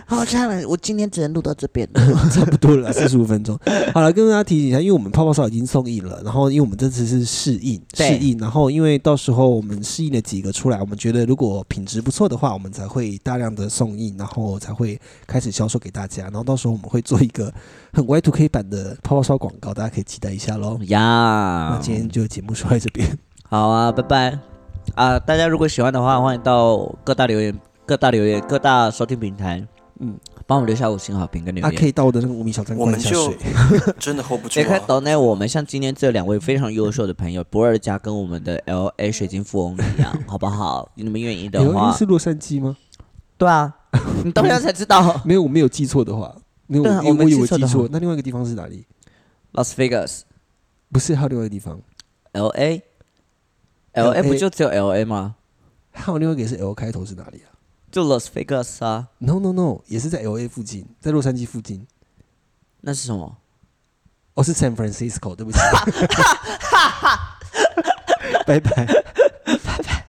Speaker 4: 好惨了，我今天只能录到这边了。
Speaker 3: 差不多了，四十五分钟。好了，跟大家提醒一下，因为我们泡泡烧已经送印了，然后因为我们这次是试印，
Speaker 1: 对
Speaker 3: 试印，然后因为到时候我们试印了几个出来，我们觉得如果品质不错的话，我们才会大量的送印，然后才会开始销售给大家，然后到时候我们会做一个很 Y two K 版的泡泡烧广告，大家可以期待一下喽。那
Speaker 1: 呀
Speaker 2: 啊
Speaker 3: 今天就节目说在这
Speaker 2: <laughs>
Speaker 3: 边，
Speaker 1: 好啊，拜拜啊！大家如果喜欢的话，欢迎到各大留言、各大留言、各大收听平台，嗯
Speaker 3: 嗯，
Speaker 1: 帮我们留下五星好评跟留
Speaker 3: 啊，
Speaker 1: 言。
Speaker 3: 可以到我的那个无名小站
Speaker 2: 我
Speaker 3: 灌
Speaker 2: 们
Speaker 3: 一下
Speaker 2: 就
Speaker 3: 水。
Speaker 2: 真的 hold 不
Speaker 1: <laughs>
Speaker 2: 住
Speaker 1: 也可以
Speaker 2: 啊！
Speaker 1: 抖内我们像今天这两位非常优秀的朋友，博尔加跟我们的 L A 水晶富翁一样，好不好？你们嗯愿意的
Speaker 3: 有
Speaker 1: 话
Speaker 3: 是，洛杉矶吗？
Speaker 1: 对啊，你到现在才知 <laughs> 道
Speaker 3: 没有，我没有记错的话，没有，
Speaker 1: 对啊
Speaker 3: 因为
Speaker 1: 我们
Speaker 3: 我以为
Speaker 1: 记错的
Speaker 3: 记
Speaker 1: 话
Speaker 3: 错。那另外一个地方是哪里？
Speaker 1: Las Vegas
Speaker 3: 不是，还有另外一个地方。
Speaker 1: L A L A
Speaker 3: LA
Speaker 1: 不就只有 L A 吗？
Speaker 3: 还有另外一个也是 L 开头是哪里啊
Speaker 1: 就 Las Vegas 啊，
Speaker 3: ？No No No，也是在 L A 附近，在洛杉矶附近。
Speaker 1: 那是什么？
Speaker 3: 哦，是 San <laughs> Francisco，对不起。拜拜。